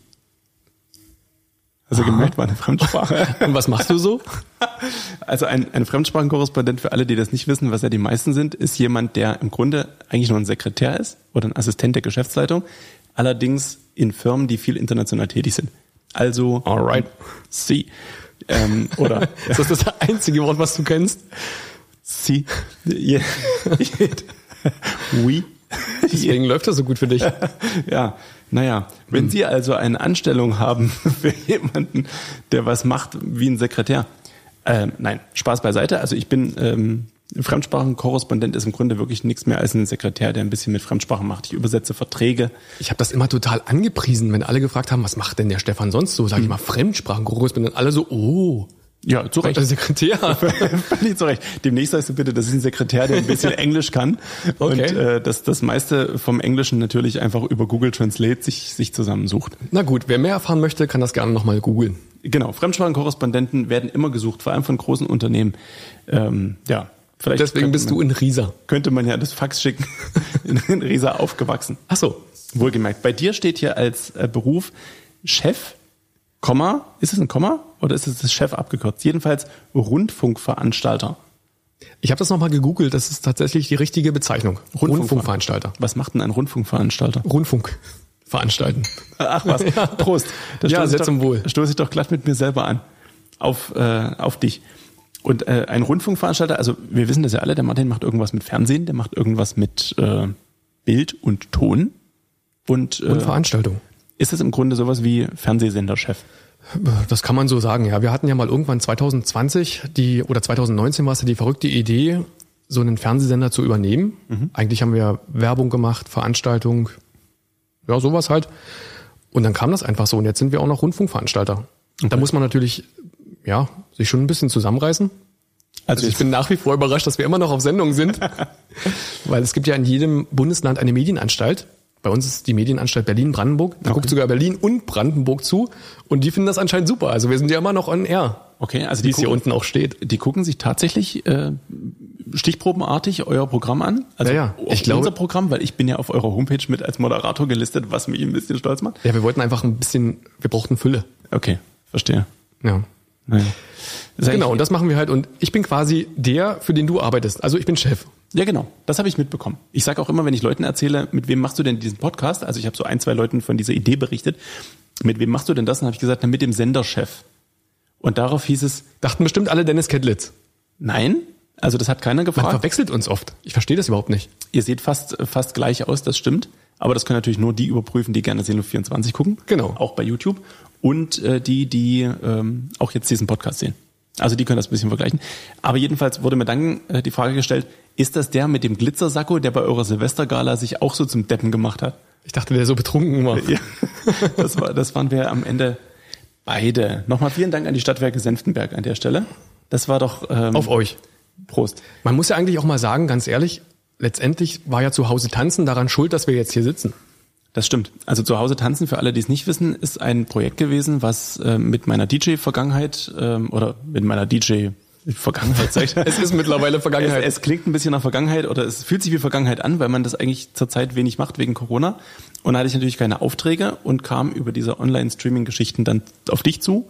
Also gemerkt war eine [laughs] Fremdsprache. Und was machst du so? [laughs] Also ein, ein Fremdsprachenkorrespondent, für alle, die das nicht wissen, was ja die meisten sind, ist jemand, der im Grunde eigentlich nur ein Sekretär ist oder ein Assistent der Geschäftsleitung, allerdings in Firmen, die viel international tätig sind. Also Alright. Sie ähm, [laughs] [laughs] oder Ist das das einzige Wort, was du kennst? Sie. [laughs] Je- [laughs] Oui. Deswegen läuft das so gut für dich. [laughs] Ja, naja, wenn Sie also eine Anstellung haben [laughs] für jemanden, der was macht wie ein Sekretär. Ähm, nein, Spaß beiseite. Also ich bin ähm, Fremdsprachenkorrespondent ist im Grunde wirklich nichts mehr als ein Sekretär, der ein bisschen mit Fremdsprachen macht. Ich übersetze Verträge. Ich habe das immer total angepriesen, wenn alle gefragt haben, was macht denn der Stefan sonst so? Hm. Sag ich mal Fremdsprachenkorrespondent. Alle so, oh, Ja, zu der Sekretär. [laughs] Völlig zu Recht. Demnächst sagst du bitte, das ist ein Sekretär, der ein bisschen Englisch kann. Und Okay. äh, das, das meiste vom Englischen natürlich einfach über Google Translate sich, sich zusammensucht. Na gut, wer mehr erfahren möchte, kann das gerne nochmal googeln. Genau, Fremdsprachenkorrespondenten werden immer gesucht, vor allem von großen Unternehmen. Ähm, ja, vielleicht Deswegen könnte bist man, du in Riesa. könnte man ja das Fax schicken. [laughs] in, in Riesa aufgewachsen. Ach so. Wohlgemerkt. Bei dir steht hier als äh, Beruf Chef, Komma, ist es ein Komma oder ist es das Chef abgekürzt? Jedenfalls Rundfunkveranstalter. Ich habe das nochmal gegoogelt, das ist tatsächlich die richtige Bezeichnung. Rundfunkveranstalter. Rundfunkveranstalter. Was macht denn ein Rundfunkveranstalter? Rundfunk veranstalten. Ach was, Ja. Prost. Ja, stoße sehr ich zum doch, Wohl. Stoße ich doch glatt mit mir selber an. Auf, äh, auf dich. Und äh, ein Rundfunkveranstalter, also wir wissen das ja alle, der Martin macht irgendwas mit Fernsehen, der macht irgendwas mit äh, Bild und Ton. Und, äh, Und Veranstaltung. ist es im Grunde sowas wie Fernsehsenderchef? Das kann man so sagen, ja. Wir hatten ja mal irgendwann 2020 die, oder 2019 war es ja die verrückte Idee, so einen Fernsehsender zu übernehmen. Eigentlich haben wir Werbung gemacht, Veranstaltung, ja, sowas halt. Und dann kam das einfach so und jetzt sind wir auch noch Rundfunkveranstalter. Da muss man natürlich, ja, sich schon ein bisschen zusammenreißen. Also ich jetzt- bin nach wie vor überrascht, dass wir immer noch auf [laughs] Sendung sind, weil es gibt ja in jedem Bundesland eine Medienanstalt. Bei uns ist die Medienanstalt Berlin-Brandenburg. Da Okay. guckt sogar Berlin und Brandenburg zu und die finden das anscheinend super. Also wir sind ja immer noch on air, okay, also wie die, es hier gucken, unten auch steht. die gucken sich tatsächlich äh, stichprobenartig euer Programm an. Also Ja, ja. auch Ich glaube- unser Programm, weil ich bin ja auf eurer Homepage mit als Moderator gelistet, was mich ein bisschen stolz macht. Ja, wir wollten einfach ein bisschen, wir brauchten Fülle. Okay, verstehe. Ja. Naja. Ist Genau, eigentlich- und das machen wir halt. Und ich bin quasi der, für den du arbeitest. Also ich bin Chef. Ja, genau. Das habe ich mitbekommen. Ich sage auch immer, wenn ich Leuten erzähle, mit wem machst du denn diesen Podcast? Also ich habe so ein, zwei Leuten von dieser Idee berichtet. Mit wem machst du denn das? Dann habe ich gesagt, na, mit dem Senderchef. Und darauf hieß es, Dachten bestimmt alle Dennis Kedlitz. nein. Also das hat keiner Man gefragt. verwechselt uns oft. Ich verstehe das überhaupt nicht. Ihr seht fast, fast gleich aus, das stimmt. Aber das können natürlich nur die überprüfen, die gerne Selo 24 gucken. Genau. Auch bei YouTube. Und äh, die, die ähm, auch jetzt diesen Podcast sehen. Also die können das ein bisschen vergleichen. Aber jedenfalls wurde mir dann äh, die Frage gestellt, ist das der mit dem Glitzersacko, der bei eurer Silvestergala sich auch so zum Deppen gemacht hat? Ich dachte, der so betrunken war. Ja. [laughs] Das, war, das waren wir am Ende beide. Nochmal vielen Dank an die Stadtwerke Senftenberg an der Stelle. Das war doch ähm, Auf euch. Prost. Man muss ja eigentlich auch mal sagen, ganz ehrlich, letztendlich war ja zu Hause tanzen daran schuld, dass wir jetzt hier sitzen. Das stimmt. Also zu Hause tanzen, für alle, die es nicht wissen, ist ein Projekt gewesen, was ähm, mit meiner DJ-Vergangenheit ähm, oder mit meiner DJ-Vergangenheit, sag ich [laughs] Es ist mittlerweile es, Vergangenheit. es klingt ein bisschen nach Vergangenheit oder es fühlt sich wie Vergangenheit an, weil man das eigentlich zurzeit wenig macht wegen Corona. Und da hatte ich natürlich keine Aufträge und kam über diese Online-Streaming-Geschichten dann auf dich zu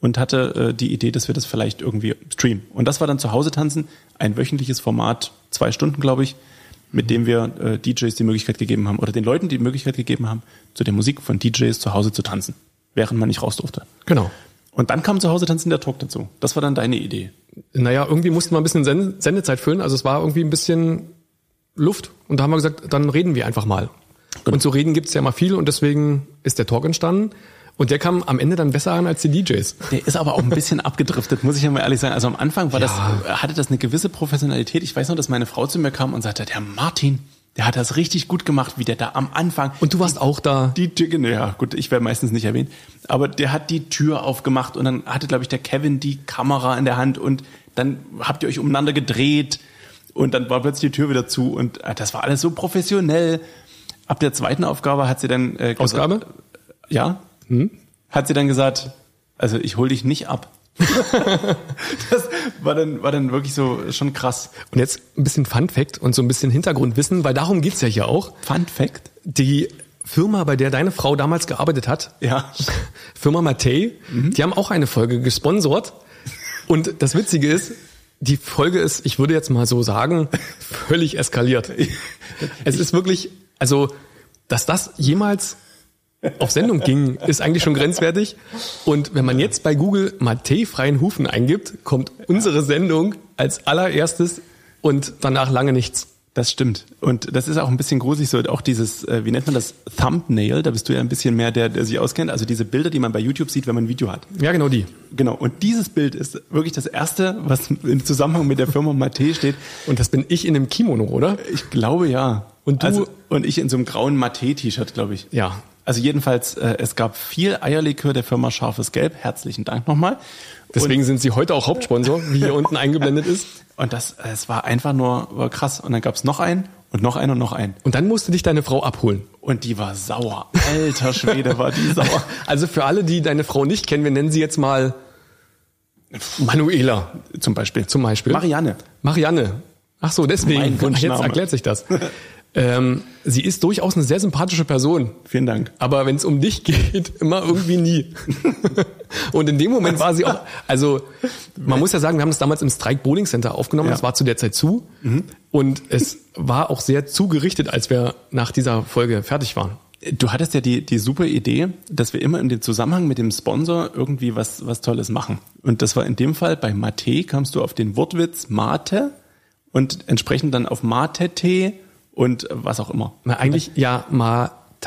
und hatte äh, die Idee, dass wir das vielleicht irgendwie streamen. Und das war dann zu Hause tanzen, ein wöchentliches Format, zwei Stunden, glaube ich, mit dem wir äh, DJs die Möglichkeit gegeben haben oder den Leuten die Möglichkeit gegeben haben, zu der Musik von DJs zu Hause zu tanzen, während man nicht raus durfte. genau. Und dann kam zu Hause tanzen der Talk dazu. Das war dann deine Idee. Naja, irgendwie mussten wir ein bisschen Sen Sendezeit füllen. Also es war irgendwie ein bisschen Luft. Und da haben wir gesagt, dann reden wir einfach mal. Und zu reden gibt's ja immer viel und deswegen ist der Talk entstanden. Und der kam am Ende dann besser an als die DJs. Der ist aber auch ein bisschen abgedriftet, muss ich ja mal ehrlich sagen. Also am Anfang war das, hatte das eine gewisse Professionalität. Ich weiß noch, dass meine Frau zu mir kam und sagte, der Martin, der hat das richtig gut gemacht, wie der da am Anfang. Und du warst auch da. die Tür, ne, ja gut, ich werde meistens nicht erwähnt, aber der hat die Tür aufgemacht und dann hatte, glaube ich, der Kevin die Kamera in der Hand und dann habt ihr euch umeinander gedreht und dann war plötzlich die Tür wieder zu und äh, das war alles so professionell. Ab der zweiten Aufgabe hat sie dann äh, gesagt- Ausgabe? ja. Hm? Hat sie dann gesagt, also ich hol dich nicht [laughs] ab. das war dann, war dann wirklich so schon krass. Und jetzt ein bisschen Fun Fact und so ein bisschen Hintergrundwissen, weil darum geht's ja hier auch. Fun Fact? Die Firma, bei der deine Frau damals gearbeitet hat, Ja. Firma Mattei, die haben auch eine Folge gesponsert. Und das Witzige ist, die Folge ist, ich würde jetzt mal so sagen, völlig eskaliert. Es ist wirklich, also, dass das jemals auf Sendung ging, ist eigentlich schon grenzwertig. Und wenn man jetzt bei Google Mattei freien Hufen eingibt, kommt unsere Sendung als allererstes und danach lange nichts. Das stimmt. Und das ist auch ein bisschen gruselig, so auch dieses, äh, wie nennt man das, Thumbnail, da bist du ja ein bisschen mehr der, der sich auskennt, also diese Bilder, die man bei YouTube sieht, wenn man ein Video hat. Ja, genau die. Genau, und dieses Bild ist wirklich das erste, was im Zusammenhang mit der Firma Maté steht. Und das bin ich in einem Kimono, oder? Ich glaube ja. Und du- Also, und ich in so einem grauen Maté-T-Shirt, glaube ich. Ja. Also jedenfalls, äh, es gab viel Eierlikör der Firma Scharfes Gelb. Herzlichen Dank nochmal. Deswegen sind sie heute auch Hauptsponsor, wie hier unten eingeblendet ist. Und das, äh, es war einfach nur war krass. Und dann gab es noch einen und noch einen und noch einen. Und dann musste dich deine Frau abholen. Und die war sauer. Alter Schwede, war die [laughs] sauer. [laughs] Also für alle, die deine Frau nicht kennen, wir nennen sie jetzt mal Manuela Also Zum Beispiel. zum Beispiel. Marianne. Marianne. Ach so, deswegen. Mein Wunschname. Jetzt erklärt sich das. ähm, sie ist durchaus eine sehr sympathische Person. Vielen Dank. Aber wenn es um dich geht, immer [laughs] irgendwie nie. Und in dem Moment war sie auch, also man muss ja sagen, wir haben das damals im Strike Bowling Center aufgenommen, Ja. Mhm. das war zu der Zeit zu. Und es war auch sehr zugerichtet, als wir nach dieser Folge fertig waren. Du hattest ja die, die super Idee, dass wir immer in dem Zusammenhang mit dem Sponsor irgendwie was, was Tolles machen. Und das war in dem Fall bei Mate, kamst du auf den Wortwitz Mate und entsprechend dann auf Mate-Tee und was auch immer. Na, eigentlich ja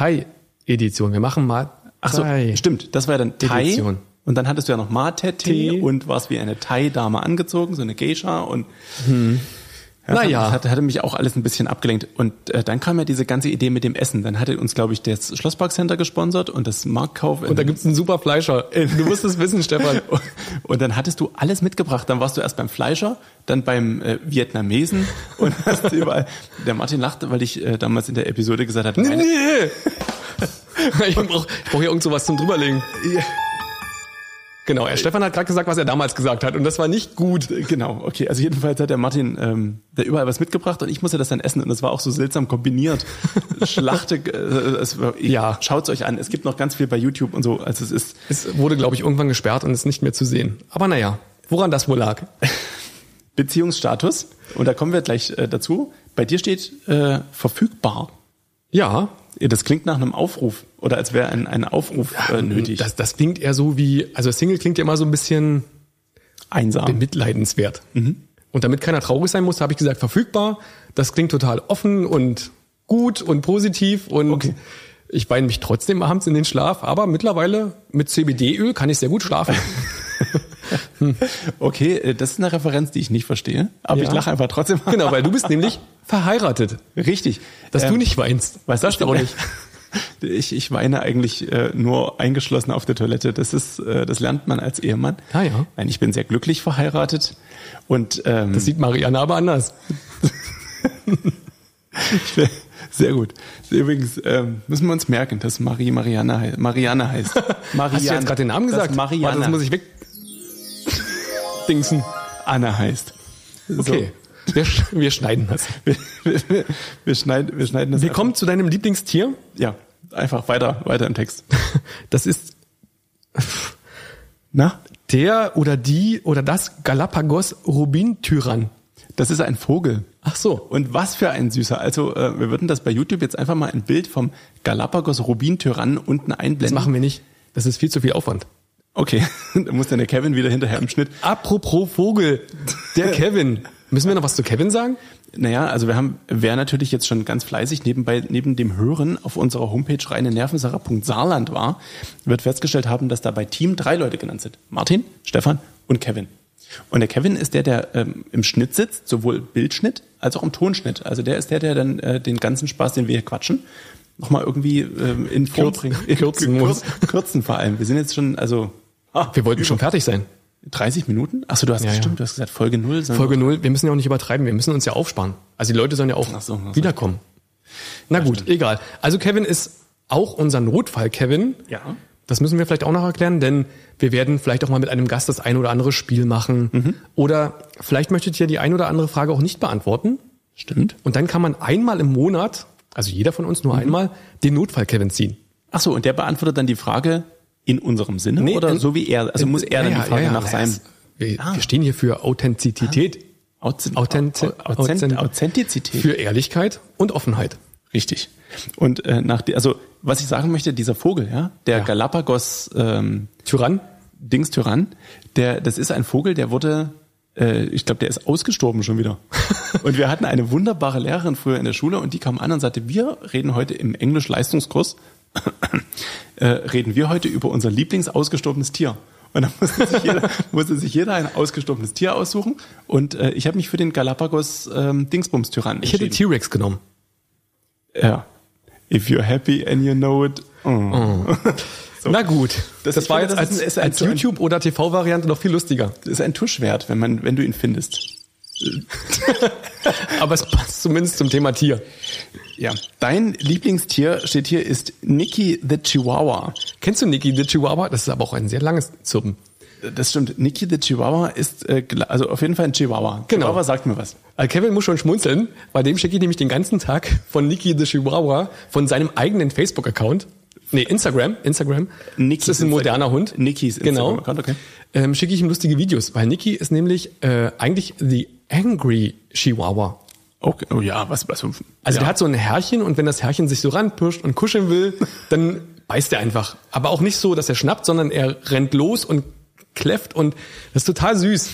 Matai-Edition. Wir machen Matai. Ach so, stimmt. Das war ja dann Thai. Edition. Und dann hattest du ja noch Mate-Tee Tee. und warst wie eine Thai-Dame angezogen, so eine Geisha und ja, Hm. Naja. Das hatte, hatte mich auch alles ein bisschen abgelenkt. Und äh, dann kam ja diese ganze Idee mit dem Essen. Dann hatte uns, glaube ich, das Schlossparkcenter gesponsert und das Marktkauf. in- Und da gibt's einen super Fleischer. Du musst es wissen, [laughs] Stefan. [laughs] und dann hattest du alles mitgebracht. Dann warst du erst beim Fleischer, dann beim äh, Vietnamesen und [laughs] hast überall. Der Martin lachte, weil ich äh, damals in der Episode gesagt habe, Nee. meine, Ich brauche ich brauch hier irgend sowas zum drüberlegen. Genau, Herr Stefan hat gerade gesagt, was er damals gesagt hat. Und das war nicht gut. Genau, okay. Also jedenfalls hat der Martin ähm, da überall was mitgebracht und ich musste das dann essen und das war auch so seltsam kombiniert. [laughs] Schlachte, äh, es war, Ja. schaut's euch an. Es gibt noch ganz viel bei YouTube und so. Also es ist, Es wurde, glaube ich, irgendwann gesperrt und ist nicht mehr zu sehen. Aber naja, woran das wohl [laughs] lag? Beziehungsstatus. Und da kommen wir gleich äh, dazu. Bei dir steht äh, verfügbar. Ja, Das klingt nach einem Aufruf oder als wäre ein, ein Aufruf äh, nötig. das, das klingt eher so wie, also Single klingt ja immer so ein bisschen Einsam. bemitleidenswert. Und damit keiner traurig sein muss, habe ich gesagt, verfügbar. Das klingt total offen und gut und positiv und Okay. ich weine mich trotzdem abends in den Schlaf, aber mittlerweile mit CBD-Öl kann ich sehr [laughs] gut schlafen. Okay, äh, das ist eine Referenz, die ich nicht verstehe, aber Ja. ich lache einfach trotzdem. genau, weil [laughs] du bist nämlich verheiratet, Richtig. dass Ähm, du nicht weinst. Weißt du, das auch nicht. [laughs] Ich, ich weine eigentlich äh, nur eingeschlossen auf der Toilette. Das ist, äh, das lernt man als Ehemann. Ah, ja. Nein, ich bin sehr glücklich verheiratet und ähm, Das [laughs] sieht Marianne aber anders. [laughs] sehr gut. Übrigens ähm, müssen wir uns merken, dass Marie Marianne, hei Marianne heißt. Marianne. [laughs] Hast du jetzt gerade den Namen gesagt? Dass Marianne. Warte, das muss ich weg. Dingsen. Anna heißt. [laughs] Okay. Wir, sch- wir schneiden das. So. Wir, wir, wir, schneiden, wir schneiden das. Wir ab. kommen zu deinem Lieblingstier. Ja, einfach weiter, weiter im Text. Das ist Na, der oder die oder das Galapagos-Rubin-Tyrann. das ist ein Vogel. Ach so. Und was für ein süßer. Also äh, wir würden das bei YouTube jetzt einfach mal ein Bild vom Galapagos Rubin Tyrann unten Das einblenden. machen wir nicht. Das ist viel zu viel Aufwand. Okay, [laughs] da muss dann der Kevin wieder hinterher im Schnitt. Apropos Vogel. [laughs] Der Kevin. Müssen wir noch was zu Kevin sagen? Naja, also wir haben, wer natürlich jetzt schon ganz fleißig nebenbei, neben dem Hören auf unserer Homepage reine Nervensache.saarland war, wird festgestellt haben, dass da bei Team drei Leute genannt sind. Martin, Stefan und Kevin. Und der Kevin ist der, der ähm, im Schnitt sitzt, sowohl Bildschnitt als auch im Tonschnitt. Also der ist der, der dann äh, den ganzen Spaß, den wir hier quatschen, nochmal irgendwie ähm, in Form Kürzen- bringt. In- [laughs] kürzen kür- muss. [laughs] Kürzen vor allem. Wir sind jetzt schon, also ah, Wir wollten schon fertig sein. 30 Minuten? Achso, du hast Ja, ja. bestimmt, du hast gesagt Folge null. sondern- Folge null. wir müssen ja auch nicht übertreiben, wir müssen uns ja aufsparen. Also die Leute sollen ja auch Ach so, ach so. wiederkommen. Na gut, egal. Also Kevin ist auch unser Notfall, Kevin. Ja. Das müssen wir vielleicht auch noch erklären, denn wir werden vielleicht auch mal mit einem Gast das ein oder andere Spiel machen. Mhm. Oder vielleicht möchtet ihr die ein oder andere Frage auch nicht beantworten. Stimmt. Und dann kann man einmal im Monat, also jeder von uns nur Mhm. einmal, den Notfall Kevin ziehen. Ach so, und der beantwortet dann die Frage in unserem Sinne Nee, oder in- so wie er, also muss er dann Ja, die Frage ja, ja, nach ja, seinem Ah. es- Wir, wir stehen hier für Authentizität, Authent- Authent- Au- Authent- Authent- Authentizität. für Ehrlichkeit und Offenheit. Richtig. Und äh, nach die, also was ich sagen möchte, dieser Vogel, ja, der Ja. Galapagos ähm, Tyrann, Dingstyrann, der, das ist ein Vogel, der wurde, äh, ich glaube, der ist ausgestorben schon wieder. [laughs] und wir hatten eine wunderbare Lehrerin früher in der Schule und die kam an und sagte, wir reden heute im Englisch-Leistungskurs, [clears throat] äh, reden wir heute über unser Lieblingsausgestorbenes Tier. Und dann musste sich [laughs] jeder, musste sich jeder ein ausgestorbenes Tier aussuchen. Und äh, ich habe mich für den Galapagos ähm, Dingsbums-Tyrann ich hätte entschieden. T-Rex genommen. ja. If you're happy and you know it. Oh. Mm. [laughs] Na gut, das, Das- ich war finde, jetzt das als, ist ein- ist ein- als YouTube- oder TV-Variante noch viel lustiger. Das ist ein Tuschwert, wenn man, wenn du ihn findest. Aber es passt zumindest zum Thema Tier. Ja, dein Lieblingstier steht hier ist Nikki the Chihuahua. Kennst du Niki the Chihuahua? Das ist aber auch ein sehr langes Zirpen. Das stimmt. Nikki the Chihuahua ist äh, gla- also auf jeden Fall ein Chihuahua. Genau. Chihuahua sagt mir was. Also Kevin muss schon schmunzeln, bei dem schicke ich nämlich den ganzen Tag von Niki the Chihuahua von seinem eigenen Facebook-Account. Nee, Instagram, Instagram. Nikis das ist ein Insta- moderner Hund. Nikis genau. Instagram-Account, okay. Ähm, schicke ich ihm lustige Videos, weil Niki ist nämlich äh, eigentlich the angry Chihuahua. Okay. Oh ja, was, was. Also Also ja. der hat so ein Herrchen und wenn das Herrchen sich so ranpirscht und kuscheln will, dann beißt er einfach. Aber auch nicht so, dass er schnappt, sondern er rennt los und kläfft und das ist [laughs] total süß.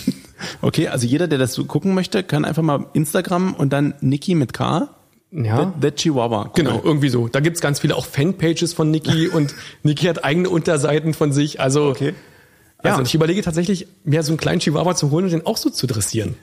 Okay, also jeder, der das so gucken möchte, kann einfach mal Instagram und dann Niki mit K. Ja. The, the Chihuahua. gucken. Genau, irgendwie so. Da gibt's ganz viele auch Fanpages [laughs] von Niki und Niki hat eigene Unterseiten von sich. Also, Okay. also Ja. ich überlege tatsächlich, mir so einen kleinen Chihuahua zu holen und den auch so zu dressieren.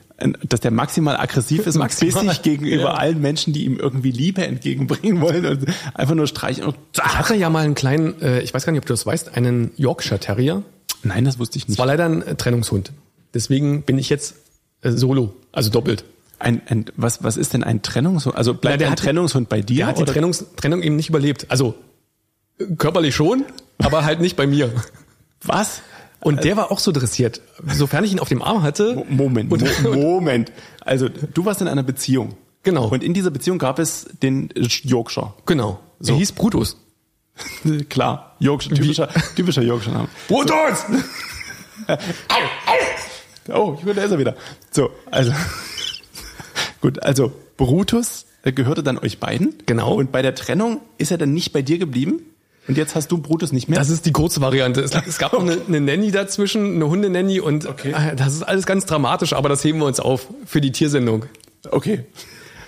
Dass der maximal aggressiv ist und Maximal, [laughs] bissig gegenüber ja. allen Menschen, die ihm irgendwie Liebe entgegenbringen wollen und einfach nur streichen. Und Ich hatte ja mal einen kleinen, äh, ich weiß gar nicht, ob du das weißt, einen Yorkshire Terrier. Nein, das wusste ich Das nicht. war leider ein äh, Trennungshund. Deswegen bin ich jetzt äh, solo, also doppelt. Ein, ein, was, was ist denn ein Trennungshund? Also bleibt Na, der ein hat- Trennungshund bei dir? Der hat die oder? Trennungs Trennung eben nicht überlebt. Also äh, körperlich schon, aber halt nicht bei mir. Was? Und der war auch so dressiert. Sofern ich ihn auf dem Arm hatte. Mo- Moment, Und, Mo- Moment. Also du warst in einer Beziehung. Genau. Und in dieser Beziehung gab es den Yorkshire. [laughs] [laughs] genau. So. Er hieß Brutus. Klar, Yorkshire, typischer, typischer Yorkshire-Name. Brutus! Oh, ich bin, da ist er wieder. So, also. [laughs] Gut, also Brutus äh, gehörte dann euch beiden. Genau. Und bei der Trennung ist er dann nicht bei dir geblieben. Und jetzt hast du Brutus nicht mehr. Das ist die kurze Variante. Es, es gab noch eine, eine Nanny dazwischen, eine Hundenanny und Okay. äh, das ist alles ganz dramatisch, aber das heben wir uns auf für die Tiersendung. okay.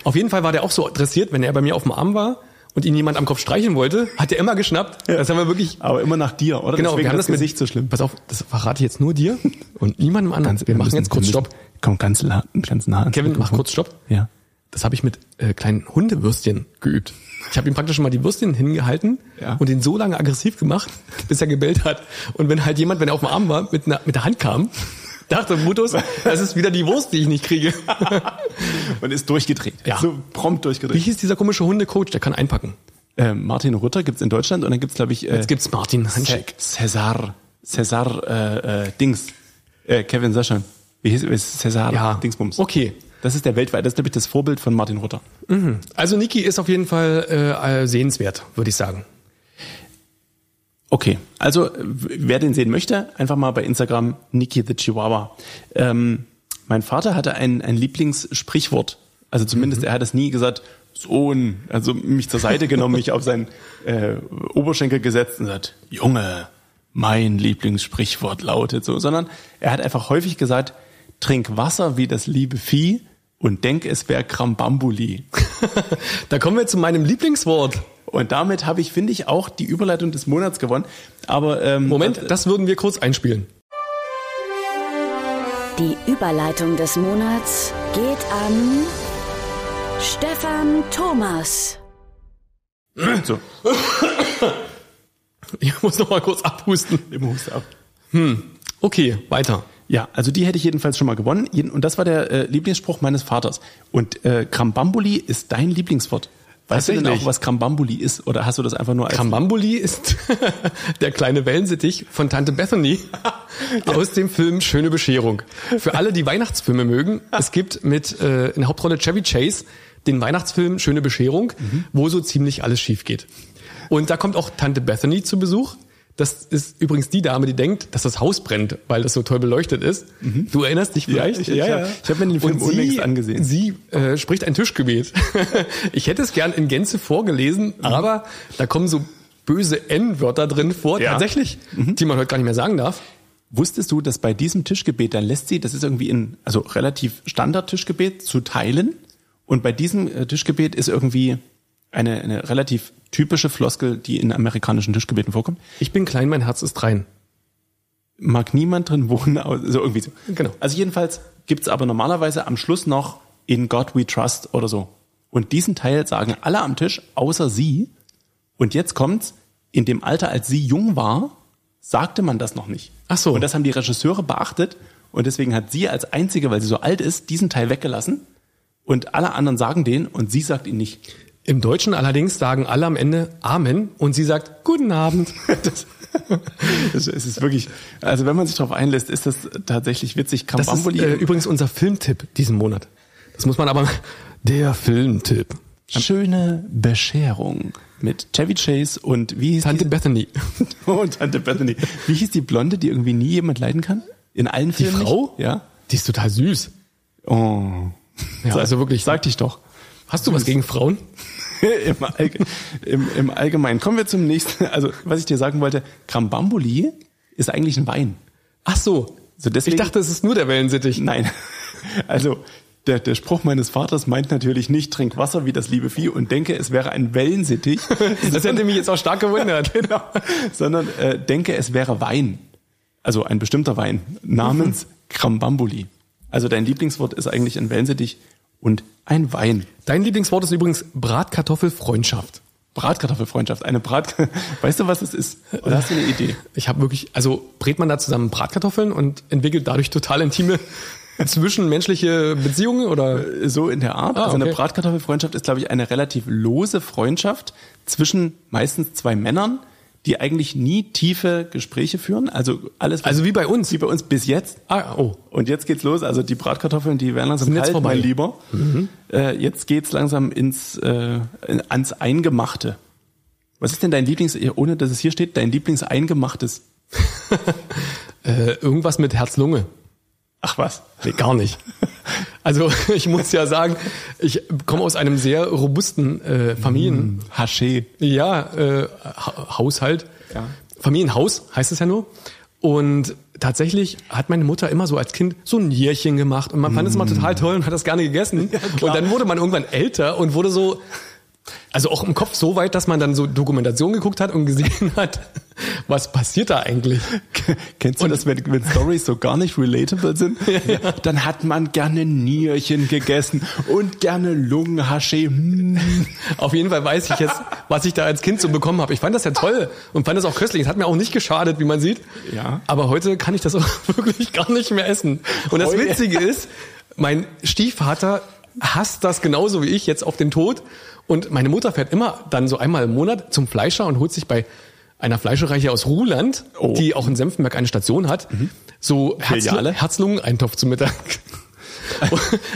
Auf jeden Fall war der auch so dressiert, wenn er bei mir auf dem Arm war und ihn jemand am Kopf streicheln wollte, hat er immer geschnappt. Das haben wir wirklich Aber immer nach dir, oder? Genau, Deswegen wir haben das, das mit- Gesicht so schlimm. Pass auf, das verrate ich jetzt nur dir und niemandem anderen. wir machen jetzt kurz Stopp. Komm, ganz, la- ganz nah. ans Kevin, mach Mikrofon. kurz Stopp. Ja. Das habe ich mit äh, kleinen Hundewürstchen geübt. Ich habe ihm praktisch schon mal die Würstchen hingehalten Ja. und ihn so lange aggressiv gemacht, bis er gebellt hat. Und wenn halt jemand, wenn er auf dem Arm war, mit, einer, mit der Hand kam, dachte Brutus, das ist wieder die Wurst, die ich nicht kriege. Und ist durchgedreht. Ja. So prompt Wie durchgedreht. hieß dieser komische Hundecoach, der kann einpacken. Äh, Martin Rutter gibt's in Deutschland und dann gibt's, glaube ich, äh, Jetzt gibt's Martin Handshake. Cesar, Cesar äh, äh, Dings. Äh, Kevin Sascha. Wie hieß es? Cesar Ja. Dingsbums. Okay. Das ist der weltweit, das ist, glaube ich, das Vorbild von Martin Rutter. Also Niki ist auf jeden Fall äh, äh, sehenswert, würde ich sagen. Okay, also w- wer den sehen möchte, einfach mal bei Instagram Niki the Chihuahua. Ähm, mein Vater hatte ein, ein Lieblingssprichwort. Also zumindest er hat es nie gesagt, Sohn, also mich zur Seite genommen, mich auf seinen äh, Oberschenkel gesetzt und gesagt, Junge, mein Lieblingssprichwort lautet so, sondern er hat einfach häufig gesagt, trink Wasser wie das liebe Vieh und denk, es wäre Krambambuli. Da kommen wir zu meinem Lieblingswort. Und damit habe ich, finde ich, auch die Überleitung des Monats gewonnen. Aber ähm, Moment, das würden wir kurz einspielen. Die Überleitung des Monats geht an Stefan Thomas. so. Ich muss noch mal kurz abhusten. Im Hust ab. Okay, weiter. Ja, also die hätte ich jedenfalls schon mal gewonnen. Jeden- Und das war der äh, Lieblingsspruch meines Vaters. Und äh, Krambambuli ist dein Lieblingswort. Weißt du denn Tatsächlich. auch, was Krambambuli ist? Oder hast du das einfach nur als... Krambambuli ist [laughs] der kleine Wellensittich von Tante Bethany aus dem Film Schöne Bescherung. Für alle, die Weihnachtsfilme mögen, es gibt mit äh, in der Hauptrolle Chevy Chase den Weihnachtsfilm Schöne Bescherung, wo so ziemlich alles schief geht. Und da kommt auch Tante Bethany zu Besuch. Das ist übrigens die Dame, die denkt, dass das Haus brennt, weil das so toll beleuchtet ist. Du erinnerst dich vielleicht? ich- ich hab- ich hab mir den Film Und unlängst sie- angesehen. Sie äh, spricht ein Tischgebet. [laughs] ich hätte es gern in Gänze vorgelesen, Mhm. aber da kommen so böse N-Wörter drin vor, Ja. Mhm. tatsächlich, die man heute gar nicht mehr sagen darf. Wusstest du, dass bei diesem Tischgebet, dann lässt sie, das ist irgendwie in, also relativ Standard-Tischgebet, zu teilen. Und bei diesem äh, Tischgebet ist irgendwie eine, eine relativ typische Floskel, die in amerikanischen Tischgebeten vorkommt. Ich bin klein, mein Herz ist rein. mag niemand drin wohnen, au- so irgendwie so. Genau. Also jedenfalls gibt's aber normalerweise am Schluss noch In God We Trust oder so. Und diesen Teil sagen alle am Tisch, außer sie. Und jetzt kommt's, in dem Alter, als sie jung war, sagte man das noch nicht. Ach so. Und das haben die Regisseure beachtet. Und deswegen hat sie als Einzige, weil sie so alt ist, diesen Teil weggelassen. Und alle anderen sagen den und sie sagt ihn nicht. Im Deutschen allerdings sagen alle am Ende Amen und sie sagt [laughs] Guten Abend. Das, das ist wirklich, also wenn man sich darauf einlässt, ist das tatsächlich witzig. Das ist Krambambuli äh, übrigens unser Filmtipp diesen Monat. Das muss man aber... Der Filmtipp. Schöne Bescherung mit Chevy Chase und wie hieß Tante Bethany. [laughs] die, [laughs] und Tante Bethany. Wie hieß die Blonde, die irgendwie nie jemand leiden kann? In allen Die Filmen? Frau? Nicht? Ja. Die ist total süß. Oh. [laughs] Ja, also wirklich. Sag dich doch. Hast du was gegen Frauen? Im, Allg im, Im Allgemeinen. Kommen wir zum nächsten. Also, was ich dir sagen wollte, Krambambuli ist eigentlich ein Wein. Ach so. So, deswegen- ich dachte, es ist nur der Wellensittich. Nein. Also, der, der Spruch meines Vaters meint natürlich nicht, trink Wasser wie das liebe Vieh und denke, es wäre ein Wellensittich. Das [laughs] hätte mich jetzt auch stark gewundert. genau. Sondern äh, denke, es wäre Wein. Also ein bestimmter Wein namens Krambambuli. Also dein Lieblingswort ist eigentlich ein Wellensittich und ein Wein. [laughs] Dein Lieblingswort ist übrigens Bratkartoffelfreundschaft. Bratkartoffelfreundschaft. Eine Brat. [laughs] Weißt du, was es ist? Oder hast du eine Idee? Ich habe wirklich, also brät man da zusammen Bratkartoffeln und entwickelt dadurch total [laughs] intime zwischenmenschliche Beziehungen oder? So in der Art. Also eine Ah, okay. Bratkartoffelfreundschaft ist, glaube ich, eine relativ lose Freundschaft zwischen meistens zwei Männern, die eigentlich nie tiefe Gespräche führen. Also alles. was- Also wie bei uns. Wie bei uns bis jetzt. Ah, oh. Und jetzt geht's los. Also die Bratkartoffeln, die werden langsam Sind jetzt kalt, vorbei. Mhm. mein Lieber. Äh, jetzt geht's langsam ins äh, in- ans Eingemachte. Was ist denn dein Lieblings, ohne dass es hier steht, dein Lieblingseingemachtes? Äh, irgendwas mit Herz-Lunge. Ach was. Nee, gar nicht. [laughs] Also [laughs] ich muss ja sagen, ich komme aus einem sehr robusten äh, Familien, Haché. ja, äh, ha Haushalt. Ja. Familienhaus heißt es ja nur. Und tatsächlich hat meine Mutter immer so als Kind so ein Nierchen gemacht und man fand es immer total toll und hat das gerne gegessen. und dann wurde man irgendwann älter und wurde so, also auch im Kopf so weit, dass man dann so Dokumentation geguckt hat und gesehen [laughs] hat, was passiert da eigentlich. [laughs] Kennst du das, wenn, wenn Stories so gar nicht relatable [laughs] sind? Dann hat man gerne Nierchen gegessen und gerne Lungenhaché. Hm. Auf jeden Fall weiß ich jetzt, [laughs] was ich da als Kind so bekommen habe. Ich fand das ja toll und fand das auch köstlich. Es hat mir auch nicht geschadet, wie man sieht. Ja. Aber heute kann ich das auch [laughs] wirklich gar nicht mehr essen. Und das Heute- Witzige ist, mein Stiefvater hasst das genauso wie ich jetzt auf den Tod. Und meine Mutter fährt immer dann so einmal im Monat zum Fleischer und holt sich bei einer Fleischerei hier aus Ruhland, Oh. Mhm. die auch in Senftenberg eine Station hat, so Herz Filiale? Herzlungen-Eintopf [laughs] zum Mittag.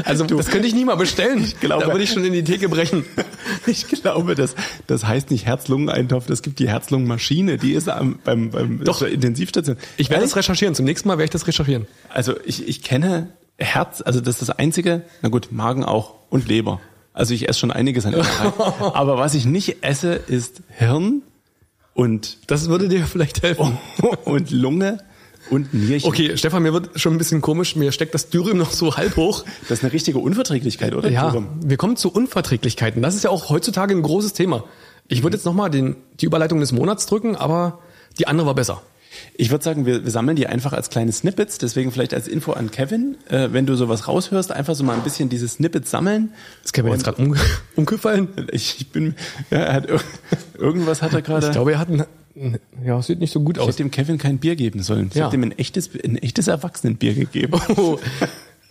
Also Du. das könnte ich nie mal bestellen. Ich glaube- da würde ich schon in die [laughs] Theke brechen. [laughs] Ich glaube, das, das heißt nicht Herz-Lungen-Eintopf, das gibt die Herz-Lungen-Maschine, die ist am, beim, beim Doch. Intensivstation. Ich werde das recherchieren. Zum nächsten Mal werde ich das recherchieren. Also ich, ich kenne Herz, also das ist das einzige, na gut, Magen auch und Leber. Also ich esse schon [laughs] einiges an Innereien. Aber was ich nicht esse, ist Hirn und, Das würde dir vielleicht helfen. [laughs] und Lunge und Nierchen. Oh. Okay, Stefan, mir wird schon ein bisschen komisch. Mir steckt das Dürüm noch so halb hoch. Das ist eine richtige Unverträglichkeit, oder? Ja, Jerome? wir kommen zu Unverträglichkeiten. Das ist ja auch heutzutage ein großes Thema. Ich würde jetzt nochmal die Überleitung des Monats drücken, aber die andere war besser. Ich würde sagen, wir, wir sammeln die einfach als kleine Snippets, deswegen vielleicht als Info an Kevin, äh, wenn du sowas raushörst, einfach so mal ein bisschen diese Snippets sammeln. Das kann mir jetzt gerade um, [laughs] umgefallen. Ich, ich bin, ja, er hat ir irgendwas hat er gerade. Ich glaube, er hat ein, ja, sieht nicht so gut Ich aus. hätte dem Kevin kein Bier geben sollen. Ich Ja. hab dem ein echtes, ein echtes Erwachsenenbier gegeben. [laughs] [laughs] Oh,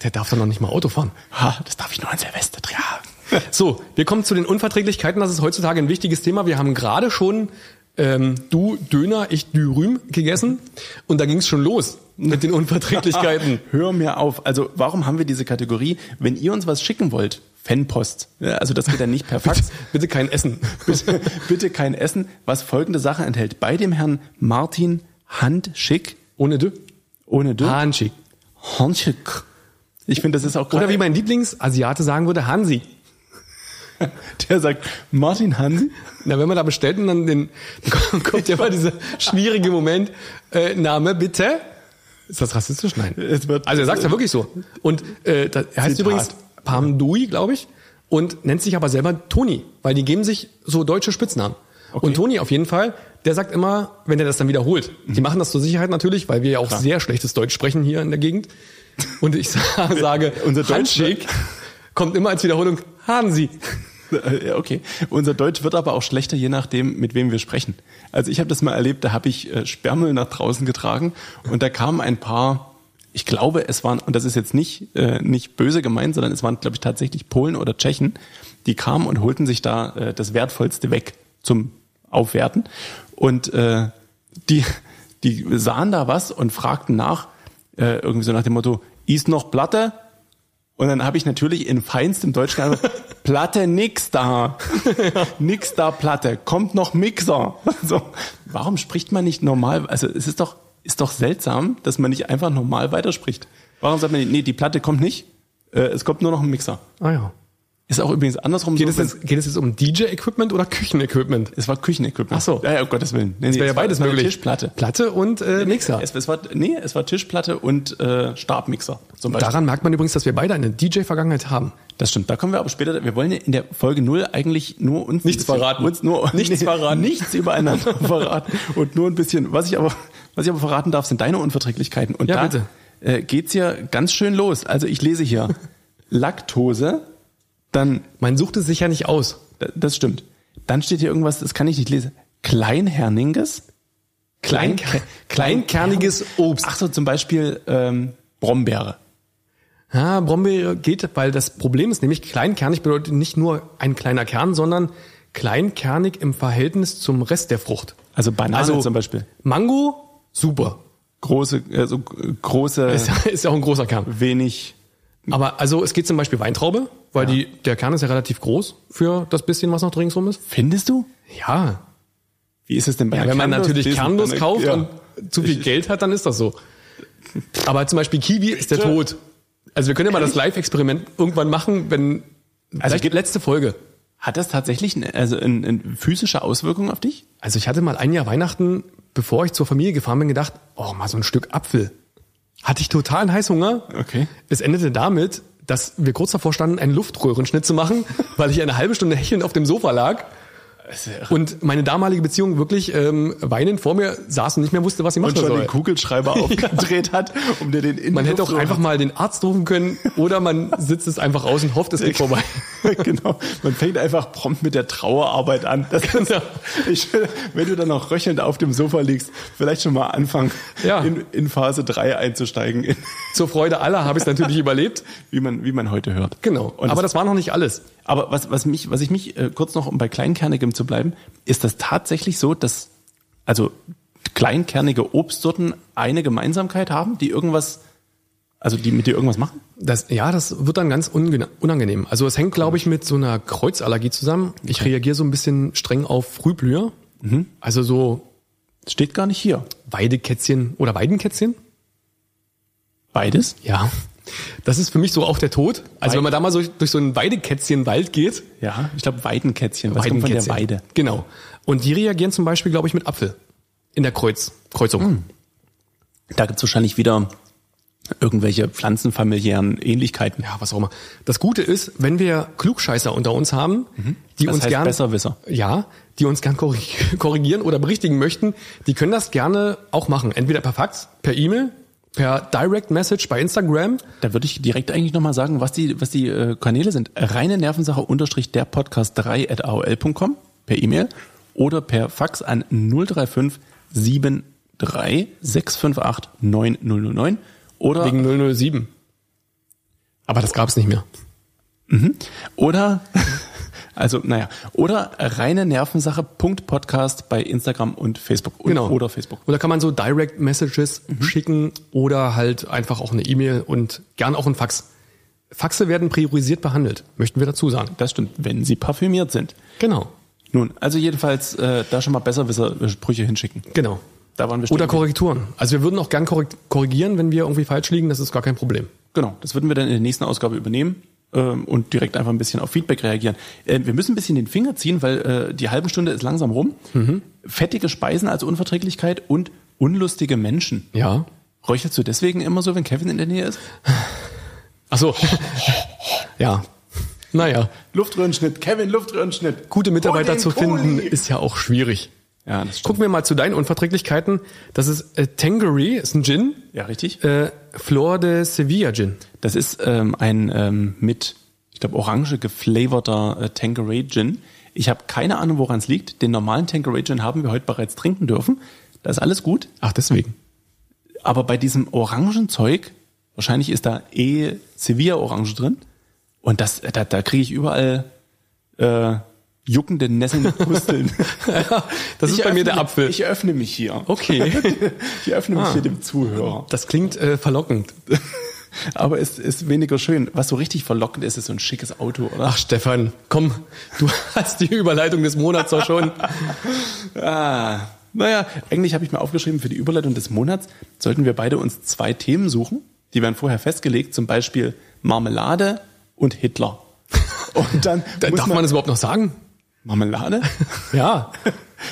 der darf doch noch nicht mal Auto fahren. Ha, das darf ich nur an Silvester tragen. So, wir kommen zu den Unverträglichkeiten. Das ist heutzutage ein wichtiges Thema. Wir haben gerade schon ähm, du Döner, ich Dürüm gegessen und da ging es schon los mit den [laughs] Unverträglichkeiten. Hör mir auf. Also warum haben wir diese Kategorie? Wenn ihr uns was schicken wollt, Fanpost. Ja, Also das geht dann [laughs] nicht per Fax. Bitte kein Essen. [laughs] bitte, bitte kein Essen, was folgende Sache enthält. Bei dem Herrn Martin Handschick Ohne Dö. ohne Dürr. Hansi. Handschick. Ich finde, das ist auch Oder wie gerade- mein Lieblingsasiate sagen würde, Hansi. [laughs] der sagt, Martin Hansi. Na, wenn man da bestellt und dann den, [laughs] dann kommt ja mal dieser schwierige Moment, äh, Name bitte. Ist das rassistisch? Nein. Es wird- also er sagt ja wirklich so. Und äh, das, er heißt Zitat. übrigens Pamdui, glaube ich, und nennt sich aber selber Toni, weil die geben sich so deutsche Spitznamen. Und Toni auf jeden Fall, der sagt immer, wenn er das dann wiederholt, Mhm. die machen das zur Sicherheit natürlich, weil wir ja auch sehr schlechtes Deutsch sprechen hier in der Gegend. Und ich [laughs] sa- sage, Unser Deutsch- ne? Handschick kommt immer als Wiederholung, Hansi. [laughs] Äh, Okay. Unser Deutsch wird aber auch schlechter, je nachdem, mit wem wir sprechen. Also ich habe das mal erlebt, da habe ich äh, Sperrmüll nach draußen getragen und da kamen ein paar, ich glaube, es waren, und das ist jetzt nicht, äh, nicht böse gemeint, sondern es waren, glaube ich, tatsächlich Polen oder Tschechen, die kamen und holten sich da äh, das Wertvollste weg zum Aufwerten. Und äh, die, die sahen da was und fragten nach, äh, irgendwie so nach dem Motto, ist noch Platte? Und dann habe ich natürlich in feinstem Deutsch [laughs] gesagt, Platte nix da. Nix da Platte. Kommt noch Mixer. [laughs] So. Warum spricht man nicht normal? Also es ist doch, ist doch seltsam, dass man nicht einfach normal weiterspricht. Warum sagt man, nicht, nee, die Platte kommt nicht? Äh, Äh, es kommt nur noch ein Mixer. Ah ja. Ist auch übrigens andersrum Geht, so. es wenn- jetzt, geht es jetzt um DJ-Equipment oder Küchen-Equipment? es war Küchenequipment. Ach so. Ja, ja, um Gottes Willen. Nee, nee, Das wäre ja war- beides es war eine möglich. Tischplatte. Platte und äh, Mixer. Es, es war, nee, es war Tischplatte und äh, Stabmixer zum Beispiel. Daran merkt man übrigens, dass wir beide eine DJ-Vergangenheit haben. Das stimmt, da kommen wir aber später, wir wollen ja in der Folge null eigentlich nur uns ein Nichts bisschen- verraten. Uns nur, Nichts verraten. Nichts [laughs] übereinander verraten und nur ein bisschen, was ich aber, was ich aber verraten darf, sind deine Unverträglichkeiten. Und Ja, da bitte. Äh, geht's ja ganz schön los. Also ich lese [laughs] hier Laktose, dann, Man sucht es sich ja nicht aus. d- das stimmt. Dann steht hier irgendwas, das kann ich nicht lesen. Kleinherninges? Klein, kleinkerniges Obst. Ach so, zum Beispiel ähm, Brombeere. Ja, Brombeere geht, weil das Problem ist nämlich, kleinkernig bedeutet nicht nur ein kleiner Kern, sondern kleinkernig im Verhältnis zum Rest der Frucht. Also Banane zum Beispiel. Mango, super. Große, äh, so äh, große, Ist, ja- ist ja auch ein großer Kern. wenig Aber also es geht zum Beispiel Weintraube, weil die, der Kern ist ja relativ groß für das bisschen, was noch ringsrum ist. Findest du? Ja, Wie ist es denn bei Ja, einer wenn man Kernnuss? natürlich Die ist- kernlos eine- kauft ja. und zu viel Geld hat, dann ist das so. Aber zum Beispiel Kiwi ist der Tod. Also wir können ja mal das Live-Experiment irgendwann machen, wenn also gibt- letzte Folge. Hat das tatsächlich eine, also eine, eine physische Auswirkung auf dich? Also ich hatte mal ein Jahr Weihnachten, bevor ich zur Familie gefahren bin, gedacht, oh, mal so ein Stück Apfel. Hatte ich totalen Heißhunger. Okay. Es endete damit, dass wir kurz davor standen, einen Luftröhrenschnitt zu machen, weil ich eine halbe Stunde hechelnd auf dem Sofa lag und meine damalige Beziehung wirklich ähm, weinend vor mir saß und nicht mehr wusste, was sie machen Und schon soll. den [laughs] Kugelschreiber aufgedreht hat, um dir den Man hätte auch einfach mal den Arzt rufen können oder man sitzt es einfach aus und hofft, es geht vorbei. [laughs] genau. Man fängt einfach prompt mit der Trauerarbeit an. Das Genau. ist, ich, wenn du dann noch röchelnd auf dem Sofa liegst, vielleicht schon mal anfangen, Ja. in, in Phase 3 einzusteigen, in, Zur Freude aller habe ich es natürlich überlebt. wie, man, wie man heute hört. Genau. Und Aber aber das war noch nicht alles. Aber was, was mich, was ich mich äh, kurz noch, um bei Kleinkernigem zu bleiben, ist das tatsächlich so, dass also kleinkernige Obstsorten eine Gemeinsamkeit haben, die irgendwas, also die mit dir irgendwas machen? Das, ja, das wird dann ganz ungena- unangenehm. Also es hängt, glaube ich, mit so einer Kreuzallergie zusammen. Ich reagiere so ein bisschen streng auf Frühblüher. Mhm. Also so Das steht gar nicht hier. Weidekätzchen oder Weidenkätzchen. Beides? Ja. Das ist für mich so auch der Tod. Also Wei- wenn man da mal so durch so einen Weidekätzchenwald geht. Ja. Ich glaube Weidenkätzchen. Das kommt von der Weidenkätzchen. Weide. Genau. Und die reagieren zum Beispiel, glaube ich, mit Apfel. In der Kreuz, Kreuzung. Mhm. Da gibt's wahrscheinlich wieder irgendwelche pflanzenfamiliären Ähnlichkeiten. ja, was auch immer. Das Gute ist, wenn wir Klugscheißer unter uns haben, die Mhm. Das uns heißt gern, Besserwisser. ja, die uns gern korri- [laughs] korrigieren oder berichtigen möchten, die können das gerne auch machen. Entweder per Fax, per E-Mail, per Direct Message bei Instagram. Da würde ich direkt eigentlich nochmal sagen, was die, was die äh, Kanäle sind. Reine Nervensache unterstrich der Podcast 3 at aol.com per E-Mail oder per Fax an 035 73 658 9009 oder, Wegen 007. Aber das gab's nicht mehr. oder, [laughs] also, naja, oder reine Nervensache.podcast bei Instagram und Facebook und, Genau. oder Facebook. Mhm. Oder kann man so Direct Messages schicken oder halt einfach auch eine E-Mail und gern auch ein Fax. Faxe werden priorisiert behandelt, möchten wir dazu sagen. Das stimmt, wenn sie parfümiert sind. Genau. Nun, also jedenfalls äh, da schon mal Besserwisser-Sprüche hinschicken. Genau. Da waren wir stehen Oder Korrekturen. Also wir würden auch gern korrekt- korrigieren, wenn wir irgendwie falsch liegen, das ist gar kein Problem. Genau, das würden wir dann in der nächsten Ausgabe übernehmen ähm, und direkt einfach ein bisschen auf Feedback reagieren. Äh, wir müssen ein bisschen den Finger ziehen, weil äh, die halbe Stunde ist langsam rum. Mhm. Fettige Speisen als Unverträglichkeit und unlustige Menschen. Ja. Räuchelst du deswegen immer so, wenn Kevin in der Nähe ist? Achso. ja. Naja, Luftröhrenschnitt, Kevin, Luftröhrenschnitt. gute Mitarbeiter Hol den zu finden Kohli. ist ja auch schwierig. Ja, das stimmt. Gucken wir mal zu deinen Unverträglichkeiten. Das ist äh, Tangery, ist ein Gin. Ja, richtig. Äh, Flor de Sevilla Gin. Das ist ähm, ein ähm, mit, ich glaube, orange geflavorter äh, Tanqueray Gin. Ich habe keine Ahnung, woran es liegt. Den normalen Tanqueray Gin haben wir heute bereits trinken dürfen. Da ist alles gut. Ach, deswegen. Aber bei diesem orangen Zeug, wahrscheinlich ist da eh Sevilla-Orange drin. Und das, äh, da, da kriege ich überall äh, juckende, nesselnde Pusteln. [laughs] Das ist bei mir der öffne- Apfel. Ich öffne mich hier. okay. [laughs] Ich öffne mich Ah. hier dem Zuhörer. Das klingt äh, verlockend. [laughs] Aber es ist weniger schön. Was so richtig verlockend ist, ist so ein schickes Auto, oder? Ach, Stefan, komm, du [laughs] hast die Überleitung des Monats doch schon. Ah, naja, eigentlich habe ich mir aufgeschrieben, für die Überleitung des Monats sollten wir beide uns zwei Themen suchen. Die werden vorher festgelegt, zum Beispiel Marmelade und [laughs] Hitler. Und [laughs] dann, muss Darf man das überhaupt noch sagen? [laughs] Marmelade? Ja.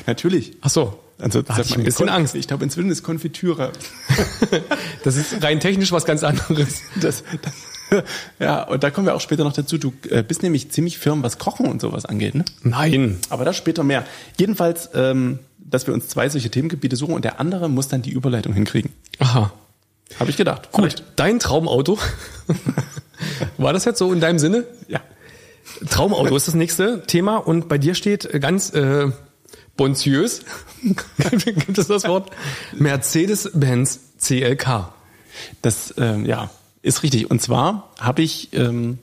Natürlich. Ach so. Also Da hatte sagt ich man ein bisschen Kon- Angst. Ich glaube, inzwischen ist [laughs] Konfitüre. Das ist rein technisch was ganz anderes. Das, [laughs] das, ja, und da kommen wir auch später noch dazu. Du äh, bist nämlich ziemlich firm, was Kochen und sowas angeht. Ne? Nein. Aber das später mehr. Jedenfalls, ähm, dass wir uns zwei solche Themengebiete suchen und der andere muss dann die Überleitung hinkriegen. Aha. Habe ich gedacht. Gut, dein Traumauto. [laughs] War das jetzt so in deinem Sinne? Vielleicht. Ja. Traumauto ist das nächste Thema und bei dir steht ganz äh, bonziös, [laughs] gibt es das Wort, Mercedes-Benz CLK. Das ähm, ja, ist richtig. Und zwar habe ich ähm,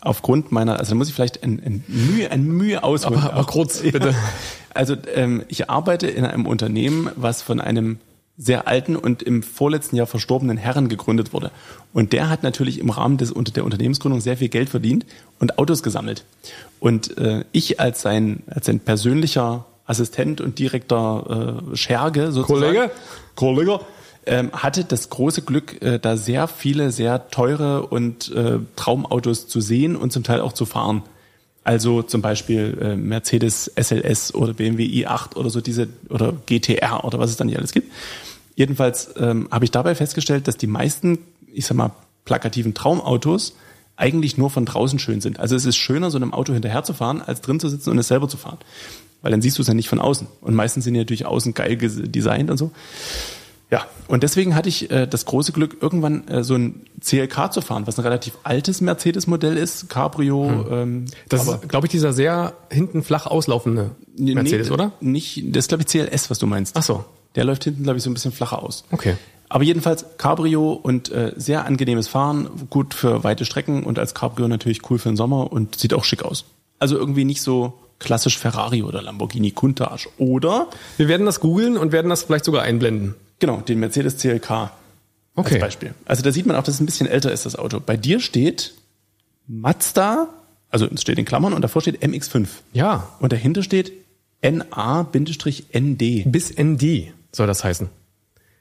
aufgrund meiner, also da muss ich vielleicht ein, ein Mühe, ein Mühe ausholen. Aber- aber kurz, bitte. [laughs] Also ähm, ich arbeite in einem Unternehmen, was von einem sehr alten und im vorletzten Jahr verstorbenen Herren gegründet wurde. Und der hat natürlich im Rahmen des, unter der Unternehmensgründung sehr viel Geld verdient und Autos gesammelt. Und äh, ich als sein, als sein persönlicher Assistent und direkter äh, Scherge sozusagen. Kollege? Kollege ähm, hatte das große Glück, äh, da sehr viele sehr teure und äh, Traumautos zu sehen und zum Teil auch zu fahren. Also zum Beispiel äh, Mercedes SLS oder BMW i8 oder so diese oder GTR oder was es dann nicht alles gibt. Jedenfalls ähm, habe ich dabei festgestellt, dass die meisten, ich sag mal, plakativen Traumautos eigentlich nur von draußen schön sind. Also es ist schöner, so einem Auto hinterher zu fahren, als drin zu sitzen und es selber zu fahren. Weil dann siehst du es ja nicht von außen. Und meistens sind die natürlich außen geil ges- designt und so. Ja, und deswegen hatte ich äh, das große Glück, irgendwann äh, so ein CLK zu fahren, was ein relativ altes Mercedes-Modell ist, Cabrio. Ähm, Hm. Das ist, glaube ich, dieser sehr hinten flach auslaufende nee, Mercedes, nee, oder? Nicht, das ist, glaube ich, CLS, was du meinst. Ach so. Der läuft hinten, glaube ich, so ein bisschen flacher aus. Okay. Aber jedenfalls Cabrio und äh, sehr angenehmes Fahren, gut für weite Strecken und als Cabrio natürlich cool für den Sommer und sieht auch schick aus. Also irgendwie nicht so klassisch Ferrari oder Lamborghini Countach oder Wir werden das googeln und werden das vielleicht sogar einblenden. genau, den Mercedes CLK. Okay. als Beispiel. Also da sieht man auch, dass es ein bisschen älter ist, das Auto. Bei dir steht Mazda, also es steht in Klammern und davor steht MX5. Ja, Und dahinter steht NA-ND. bis ND soll das heißen.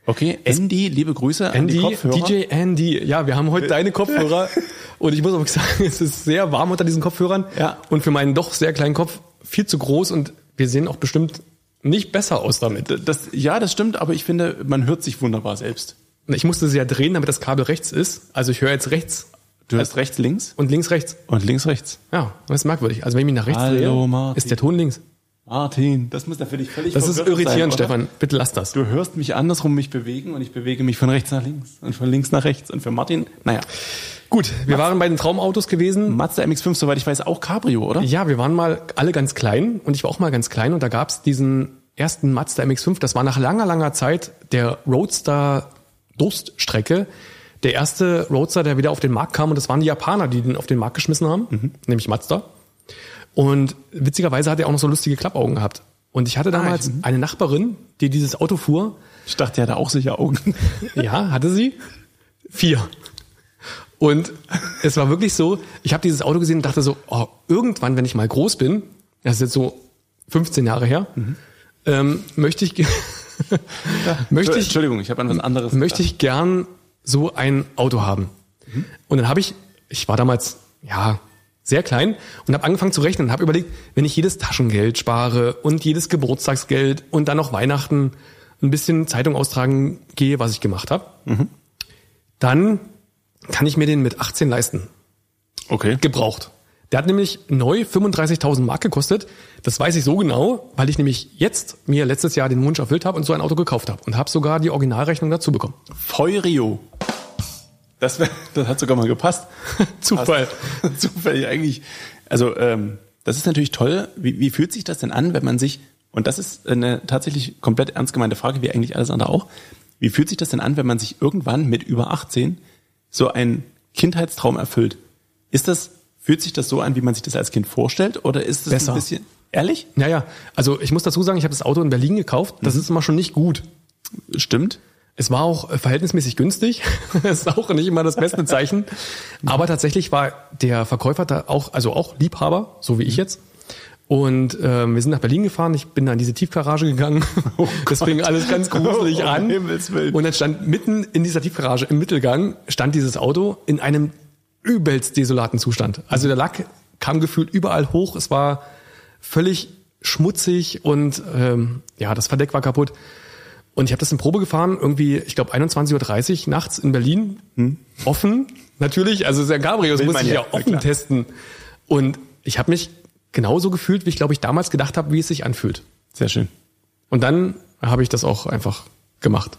Okay, Andy, liebe Grüße an die Andy, Kopfhörer. Äh. DJ Andy. Ja, wir haben heute [laughs] deine Kopfhörer. Und ich muss auch sagen, es ist sehr warm unter diesen Kopfhörern. Ja. Und für meinen doch sehr kleinen Kopf viel zu groß und wir sehen auch bestimmt nicht besser aus damit. D- Das, ja, das stimmt, aber ich finde, man hört sich wunderbar selbst. Ich musste sie ja drehen, damit das Kabel rechts ist. Also ich höre jetzt rechts Du hörst rechts, links und links rechts. und links, rechts. Ja, das ist merkwürdig. Also wenn ich mich nach rechts Hallo, drehe, Martin. ist der Ton links. Martin, das muss da für dich völlig Das ist verwirrend irritierend, sein, oder? Stefan. Bitte lass das. Du hörst mich andersrum mich bewegen und ich bewege mich von rechts nach links und von links nach rechts. Und für Martin, naja, Gut, wir waren bei den Traumautos gewesen. Mazda MX-5, soweit ich weiß, auch Cabrio, oder? Ja, wir waren mal alle ganz klein und ich war auch mal ganz klein und da gab's diesen ersten Mazda MX-5, das war nach langer, langer Zeit der Roadster Durststrecke. Der erste Roadster, der wieder auf den Markt kam und das waren die Japaner, die den auf den Markt geschmissen haben, nämlich Mazda. Und witzigerweise hat er auch noch so lustige Klappaugen gehabt. Und ich hatte damals ich- eine Nachbarin, die dieses Auto fuhr, Ich dachte, der hatte auch sicher Augen. ja, hatte sie. Vier. Und es war wirklich so, ich habe dieses Auto gesehen und dachte so, oh, irgendwann, wenn ich mal groß bin, das ist jetzt so 15 Jahre her, ähm, möchte ich, [laughs] [laughs] möchte ich Entschuldigung, ich habe an was anderes möchte ich gern so ein Auto haben. Und dann habe ich, ich war damals, ja, sehr klein und habe angefangen zu rechnen und habe überlegt, wenn ich jedes Taschengeld spare und jedes Geburtstagsgeld und dann noch Weihnachten ein bisschen Zeitung austragen gehe, was ich gemacht habe, dann kann ich mir den mit 18 leisten gedacht. Okay. gebraucht. Der hat nämlich neu 35.000 Mark gekostet. Das weiß ich so genau, weil ich nämlich jetzt mir letztes Jahr den Wunsch erfüllt habe und so ein Auto gekauft habe und habe sogar die Originalrechnung dazu bekommen. Feurio. Das, wär- [laughs] das hat sogar mal gepasst. Zufall. Passt. [laughs] Zufällig eigentlich. Also ähm, das ist natürlich toll. Wie, wie fühlt sich das denn an, wenn man sich, und das ist eine tatsächlich komplett ernst gemeinte Frage, wie eigentlich alles andere auch, wie fühlt sich das denn an, wenn man sich irgendwann mit über 18 so einen Kindheitstraum erfüllt? Ist das, fühlt sich das so an, wie man sich das als Kind vorstellt? Oder ist es Besser. ein bisschen... Ehrlich? Ja, ja. Also ich muss dazu sagen, ich habe das Auto in Berlin gekauft. Das Mhm. ist immer schon nicht gut. Stimmt. Es war auch äh, verhältnismäßig günstig. [laughs] das ist auch nicht immer das beste Zeichen. Mhm. Aber tatsächlich war der Verkäufer da auch, also auch Liebhaber, so wie ich Mhm. jetzt. Und ähm, wir sind nach Berlin gefahren. Ich bin da in diese [laughs] Tiefgarage gegangen. das fing alles ganz gruselig Oh, an. um Oh Himmels Willen. Und dann stand mitten in dieser Tiefgarage im Mittelgang stand dieses Auto in einem übelst desolaten Zustand. Also der Lack kam gefühlt überall hoch. Es war völlig schmutzig und ähm, ja, das Verdeck war kaputt. Und ich habe das in Probe gefahren, irgendwie, ich glaube 21.30 Uhr nachts in Berlin, offen, natürlich, also San Gabriel, Hm. Will muss man ich ja, ja, na offen klar. testen. Und ich habe mich genauso gefühlt, wie ich glaube ich damals gedacht habe, wie es sich anfühlt. Sehr schön. Und dann habe ich das auch einfach gemacht.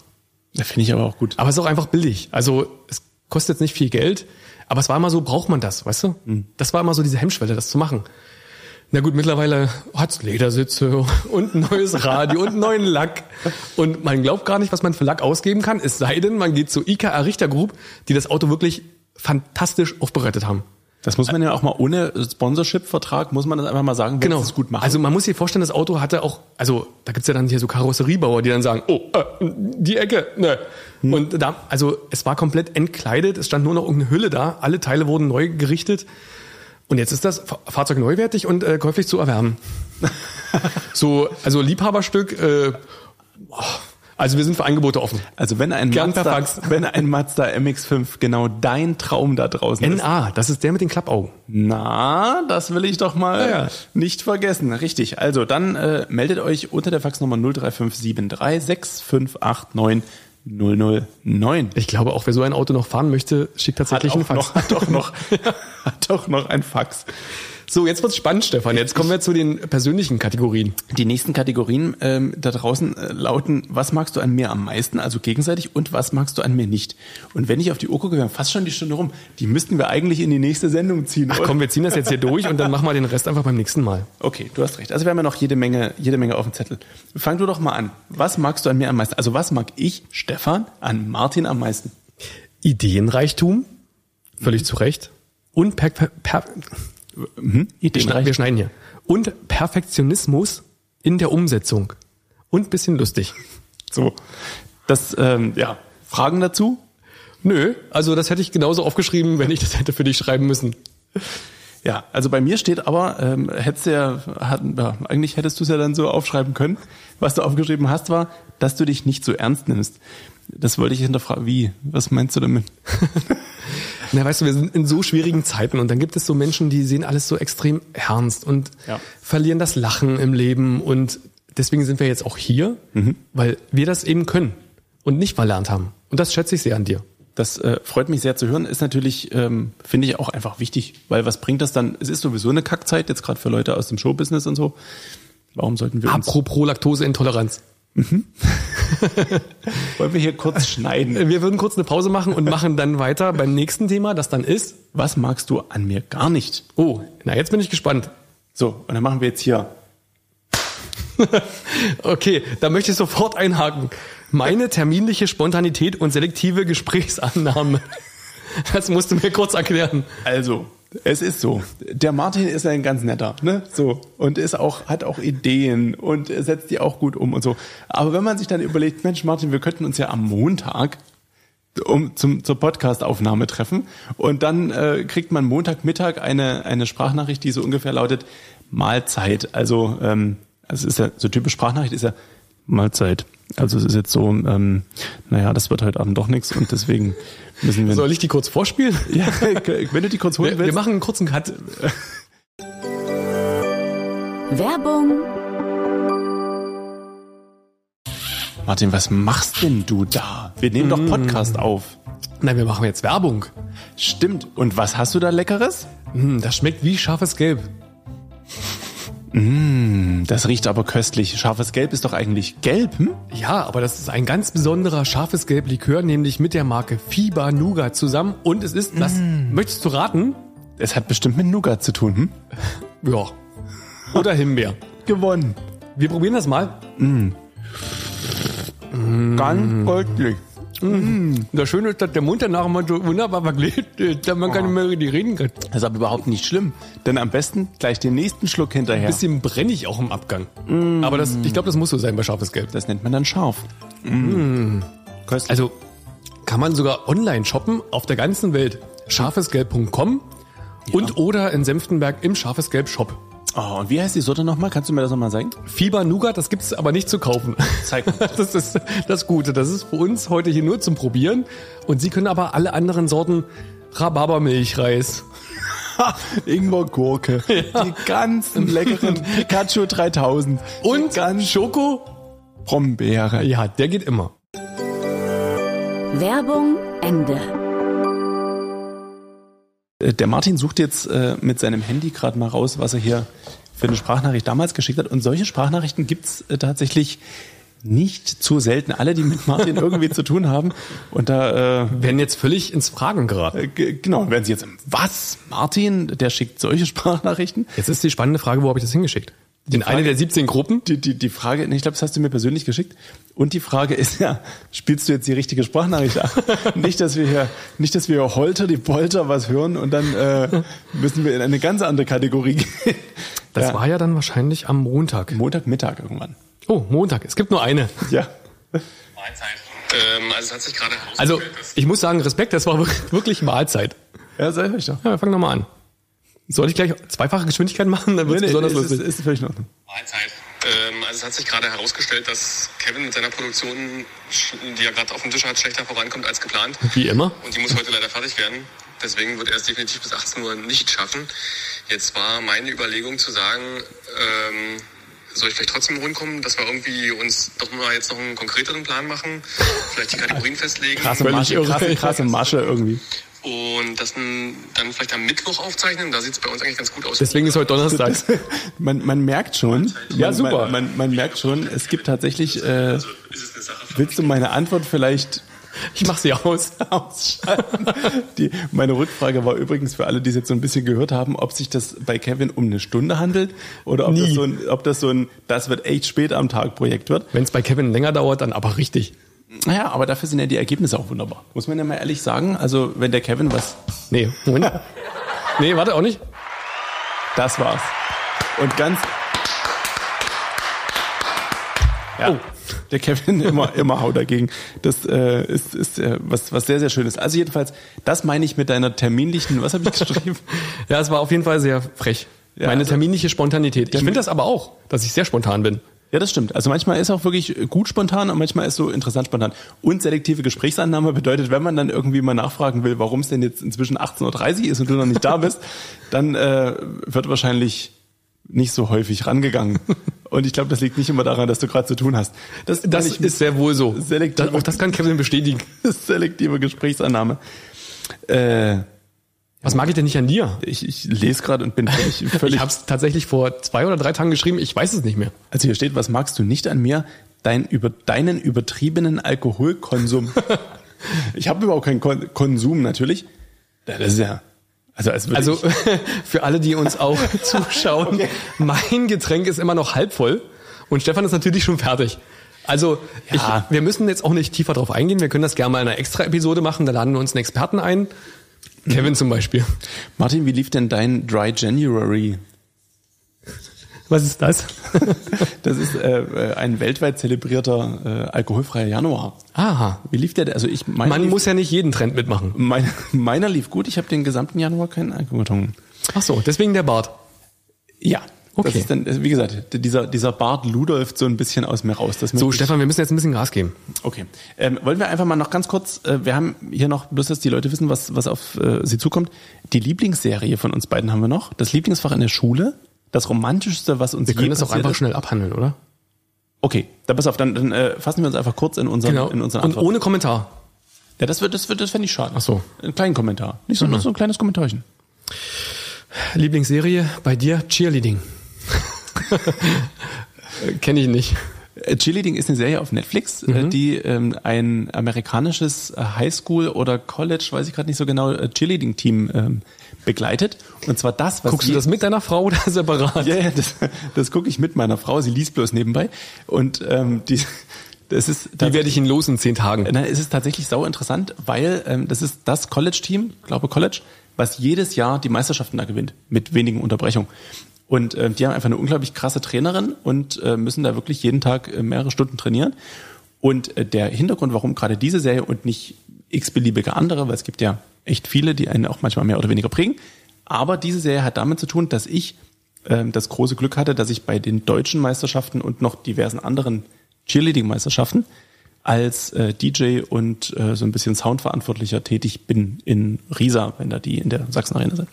Das finde ich aber auch gut. Aber es ist auch einfach billig. Also es kostet jetzt nicht viel Geld, aber es war immer so, braucht man das, weißt du? Das war immer so diese Hemmschwelle, das zu machen. Na gut, mittlerweile hat's Ledersitze [laughs] und ein neues Radio und einen neuen Lack. Und man glaubt gar nicht, was man für Lack ausgeben kann, es sei denn, man geht zu IKA Richter Group, die das Auto wirklich fantastisch aufbereitet haben. Das muss man ja auch mal ohne Sponsorship-Vertrag, muss man das einfach mal sagen, wenn Genau. sie es gut machen. Also man muss sich vorstellen, das Auto hatte auch, also da gibt's ja dann hier so Karosseriebauer, die dann sagen, oh, äh, die Ecke, ne. Hm. Und da, also es war komplett entkleidet, es stand nur noch irgendeine Hülle da, alle Teile wurden neu gerichtet. Und jetzt ist das Fa- Fahrzeug neuwertig und äh, käuflich [laughs] zu erwerben. so, also Liebhaberstück, äh, boah, also wir sind für Angebote offen. Also wenn ein, Gern per Mazda, [laughs] Fax. wenn ein Mazda MX-5 genau dein Traum da draußen ist, NA, das ist der mit den Klappaugen. na, das will ich doch mal Ja, ja. nicht vergessen. Richtig, also dann äh, meldet euch unter der Faxnummer 03573 009. Ich glaube, auch wer so ein Auto noch fahren möchte, schickt tatsächlich einen auch Fax. noch, hat doch [laughs] noch, hat doch noch ein Fax. So, jetzt wird's spannend, Stefan. Jetzt kommen wir zu den persönlichen Kategorien. Die nächsten Kategorien ähm, da draußen äh, lauten, was magst du an mir am meisten, also gegenseitig, und was magst du an mir nicht? Und wenn ich auf die Uhr gucke, wir haben fast schon die Stunde rum. Die müssten wir eigentlich in die nächste Sendung ziehen. Ach komm, wir ziehen das jetzt hier durch und dann machen wir den Rest einfach beim nächsten Mal. Okay, du hast recht. Also wir haben ja noch jede Menge, jede Menge auf dem Zettel. Fang du doch mal an. Was magst du an mir am meisten? Also was mag ich, Stefan, an Martin am meisten? Ideenreichtum, völlig zu Recht. Und per, per, per, Hm? wir, schneiden, wir schneiden hier. Und Perfektionismus in der Umsetzung. Und bisschen lustig. So. Das, ähm, ja. Fragen dazu? Nö, also das hätte ich genauso aufgeschrieben, wenn ich das hätte für dich schreiben müssen. Ja, also bei mir steht aber, ähm, hättest du ja, hat, ja, eigentlich hättest du es ja dann so aufschreiben können. Was du aufgeschrieben hast, war, dass du dich nicht so ernst nimmst. Das wollte ich hinterfragen. Wie? Was meinst du damit? Na, weißt du, wir sind in so schwierigen Zeiten und dann gibt es so Menschen, die sehen alles so extrem ernst und Ja. verlieren das Lachen im Leben und deswegen sind wir jetzt auch hier, weil wir das eben können und nicht verlernt haben. Und das schätze ich sehr an dir. Das äh, freut mich sehr zu hören. Ist natürlich, ähm, finde ich, auch einfach wichtig, weil was bringt das dann? Es ist sowieso eine Kackzeit, jetzt gerade für Leute aus dem Showbusiness und so. Warum sollten wir uns, Apropos Laktoseintoleranz. wollen wir hier kurz [laughs] schneiden? Wir würden kurz eine Pause machen und machen dann weiter beim nächsten Thema, das dann ist. Was magst du an mir gar nicht? Oh, na jetzt bin ich gespannt. So, und dann machen wir jetzt hier. Okay, da möchte ich sofort einhaken. Meine terminliche Spontanität und selektive Gesprächsannahme. Das musst du mir kurz erklären. Also, es ist so. Der Martin ist ein ganz netter, ne? So. Und ist auch, hat auch Ideen und setzt die auch gut um und so. Aber wenn man sich dann überlegt, Mensch, Martin, wir könnten uns ja am Montag um, zum, zur Podcast-Aufnahme treffen. Und dann äh, kriegt man Montagmittag eine, eine Sprachnachricht, die so ungefähr lautet Mahlzeit. Also, ähm, also es ist ja so typisch Sprachnachricht ist ja Mahlzeit. Also es ist jetzt so, ähm, naja, das wird heute Abend doch nichts und deswegen müssen wir. Soll ich die kurz [laughs] vorspielen? [laughs] ja, wenn du die kurz holen Wir, wir willst. machen einen kurzen Cut. Werbung, Martin, was machst denn du da? Wir nehmen doch Podcast auf. Nein, wir machen jetzt Werbung. Stimmt. Und was hast du da Leckeres? Hm, das schmeckt wie scharfes Gelb. Das riecht aber köstlich. Scharfes Gelb ist doch eigentlich gelb, hm? Ja, aber das ist ein ganz besonderer scharfes Gelb Likör, nämlich mit der Marke Fiba Nougat zusammen. Und es ist, das möchtest du raten? Es hat bestimmt mit Nougat zu tun, hm? Ja. Oder Himbeer. Gewonnen. Wir probieren das mal. Ganz goldlich. Das Schöne ist, dass der Mund danach immer so wunderbar verklebt ist, dass man gar nicht mehr richtig reden kann. Das ist aber überhaupt nicht schlimm. Denn am besten gleich den nächsten Schluck hinterher. Bisschen brennig auch im Abgang. Aber das, ich glaube, das muss so sein bei scharfes Gelb. das nennt man dann scharf. Mm. Köstlich. Also kann man sogar online shoppen auf der ganzen Welt. Scharfesgelb.com und oder in Senftenberg im Scharfesgelb Shop. oh, und wie heißt die Sorte nochmal? Kannst du mir das nochmal sagen? Fieber Nougat, das gibt's aber nicht zu kaufen. Zeig mal. [laughs] Das ist das Gute. Das ist für uns heute hier nur zum Probieren. Und Sie können aber alle anderen Sorten Rhabarbermilchreis. Ingwer [laughs] Gurke. Die ganzen [laughs] leckeren Pikachu 3000. Und Schoko. Brombeere. Ja, der geht immer. Werbung Ende. Äh, Der Martin sucht jetzt äh, mit seinem Handy gerade mal raus, was er hier für eine Sprachnachricht damals geschickt hat. Und solche Sprachnachrichten gibt's äh, tatsächlich nicht zu selten. Alle, die mit Martin irgendwie zu tun haben. Und da, Werden jetzt völlig ins Fragen äh, geraten. äh, g- genau, werden sie jetzt, was? Martin, der schickt solche [laughs] Sprachnachrichten? Jetzt ist die spannende Frage, wo habe ich das hingeschickt? In eine der 17 Gruppen? Die, die, die Frage, nee, ich glaube, das hast du mir persönlich geschickt. Und die Frage ist ja, spielst du jetzt die richtige Sprachnachricht [laughs] ab? nicht, dass wir hier, nicht, dass wir hier Holter, die Polter was hören und dann äh, müssen wir in eine ganz andere Kategorie gehen. Das ja, war ja dann wahrscheinlich am Montag. Montagmittag irgendwann. Oh, Montag. Es gibt nur eine. Ja. Ähm, also es hat sich gerade herausgestellt, Also, dass ich muss sagen, Respekt, das war wir- wirklich Mahlzeit. Ja, sei ruhig doch. Ja, wir fangen nochmal an. Soll ich gleich zweifache Geschwindigkeit machen? Dann wird es besonders ist, lustig. ist, ist völlig in Ordnung. Mahlzeit. Ähm, also es hat sich gerade herausgestellt, dass Kevin mit seiner Produktion, sch- die er gerade auf dem Tisch hat, schlechter vorankommt als geplant. Wie immer. Und die muss heute leider fertig werden. Deswegen wird er es definitiv bis 18 Uhr nicht schaffen. Jetzt war meine Überlegung zu sagen, ähm, soll ich vielleicht trotzdem rumkommen, dass wir irgendwie uns doch mal jetzt noch einen konkreteren Plan machen, vielleicht die Kategorien festlegen. Krasse Völlig Masche, irre. krasse, krasse Masche irgendwie. Und das n- dann vielleicht am Mittwoch aufzeichnen. Da sieht es bei uns eigentlich ganz gut aus. Deswegen ist heute Donnerstag. Man, man merkt schon. Ja, man, super. Man, man, man merkt schon, es gibt tatsächlich, äh, also ist es eine Sache für willst du meine Antwort vielleicht Ich mach sie aus. [laughs] ausschalten. Die, meine Rückfrage war übrigens für alle, die es jetzt so ein bisschen gehört haben, ob sich das bei Kevin um eine Stunde handelt oder ob, das Nie. so, ein, ob das so ein, das wird echt spät am Tag Projekt wird. Wenn es bei Kevin länger dauert, dann aber richtig. Naja, aber dafür sind ja die Ergebnisse auch wunderbar. Muss man ja mal ehrlich sagen. Also wenn der Kevin was, Nee, Moment. [laughs] Nee, warte auch nicht. das war's. Und ganz, Ja. Oh. der Kevin [laughs] immer, immer hau dagegen. Das äh, ist, ist äh, was, was sehr, sehr schönes. Also jedenfalls, das meine ich mit deiner terminlichen, was habe ich geschrieben? Ja, es war auf jeden Fall sehr frech. Ja, Meine also- terminliche Spontanität. Ich finde das aber auch, dass ich sehr spontan bin. Ja, das stimmt. Also manchmal ist auch wirklich gut spontan und manchmal ist so interessant spontan. Und selektive Gesprächsannahme bedeutet, wenn man dann irgendwie mal nachfragen will, warum es denn jetzt inzwischen 18.30 Uhr ist und du noch nicht da [laughs] bist, dann äh, wird wahrscheinlich nicht so häufig rangegangen. Und ich glaube, das liegt nicht immer daran, dass du gerade zu tun hast. Das, Das meine ich ist sehr wohl so. selektive- Das, auch das kann Kevin bestätigen. mit selektive Gesprächsannahme. Äh, Was mag ich denn nicht an dir? ich, ich lese gerade und bin völlig, völlig [laughs] Ich habe es tatsächlich vor zwei oder drei Tagen geschrieben. Ich weiß es nicht mehr. Also hier steht, was magst du nicht an mir? Dein über deinen übertriebenen [laughs] Alkoholkonsum. ich habe überhaupt keinen Kon Konsum natürlich. Ja, Das ist ja also als würde Also ich, [laughs] für alle, die uns auch [laughs] zuschauen, Okay. mein Getränk ist immer noch halb voll und Stefan ist natürlich schon fertig. Also Ja. ich, wir müssen jetzt auch nicht tiefer drauf eingehen. Wir können das gerne mal in einer extra Episode machen. Da laden wir uns einen Experten ein. Mhm. Kevin zum Beispiel. Martin, wie lief denn dein Dry January? [laughs] Was ist [laughs] das? Das ist äh, äh, ein weltweit zelebrierter äh, alkoholfreier Januar. Aha. Wie lief der? denn? Also ich meine, Man lief, muss ja nicht jeden Trend mitmachen. mein, [laughs] meiner lief gut. Ich habe den gesamten Januar keinen Alkohol getrunken. Ach so, deswegen der Bart. Ja. Okay. Okay. Das ist dann, wie gesagt, dieser, dieser Bart Ludolf so ein bisschen aus mir raus. Das So, möchte ich- Stefan, wir müssen jetzt ein bisschen Gas geben. Okay. Ähm, wollen wir einfach mal noch ganz kurz, äh, wir haben hier noch, bloß dass die Leute wissen, was, was auf äh, sie zukommt. Die Lieblingsserie von uns beiden haben wir noch. Das Lieblingsfach in der Schule. Das Romantischste, was uns Wir können das auch einfach ist. schnell abhandeln, oder? Okay, dann pass auf, dann, dann äh, fassen wir uns einfach kurz in unseren, Genau. in unseren Genau. Und Antworten. ohne Kommentar. ja, das wird, das wird, das fände ich schade. Ach so. Mhm. Einen kleinen Kommentar. Nicht so, nur so ein kleines Kommentarchen. Lieblingsserie bei dir [laughs] Cheerleading. Kenne ich nicht. Äh, Cheerleading ist eine Serie auf Netflix, Mhm. äh, die ähm, ein amerikanisches äh, Highschool oder College, weiß ich gerade nicht so genau, äh, Cheerleading-Team ähm, begleitet. Und zwar das, was Guckst du je- das mit deiner Frau oder separat? Ja, ja, das, das gucke ich mit meiner Frau. Sie liest bloß nebenbei. Und ähm, die, das ist, Die werde ich ihn los in zehn Tagen. Nein, es ist tatsächlich sau interessant, weil ähm, das ist das College-Team, glaube College, was jedes Jahr die Meisterschaften da gewinnt, mit wenigen Unterbrechungen. Und ähm, die haben einfach eine unglaublich krasse Trainerin und äh, müssen da wirklich jeden Tag äh, mehrere Stunden trainieren. Und äh, der Hintergrund, warum gerade diese Serie und nicht x-beliebige andere, weil es gibt ja echt viele, die einen auch manchmal mehr oder weniger prägen. Aber diese Serie hat damit zu tun, dass ich ähm, das große Glück hatte, dass ich bei den deutschen Meisterschaften und noch diversen anderen Cheerleading-Meisterschaften als äh, DJ und äh, so ein bisschen Soundverantwortlicher tätig bin in Riesa, wenn da die in der Sachsen Arena sind.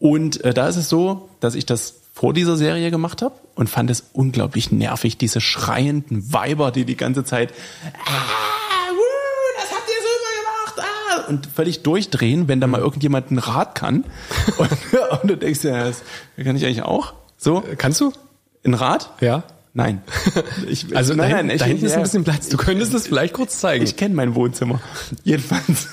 Und äh, da ist es so, dass ich das vor dieser Serie gemacht habe und fand es unglaublich nervig, diese schreienden Weiber, die die ganze Zeit ah, wuh, das habt ihr so immer gemacht ah, und völlig durchdrehen, wenn da Mhm. mal irgendjemand ein Rad [laughs] kann. Und, [laughs] und du denkst ja, das kann ich eigentlich auch. So, Kannst du? ein Rad? Äh, Ja. [laughs] Nein. Ich, Also da, hinten- ich- da hinten ist ein ja. bisschen Platz. Du könntest es vielleicht kurz zeigen. Ich kenne mein Wohnzimmer. [laughs] Jedenfalls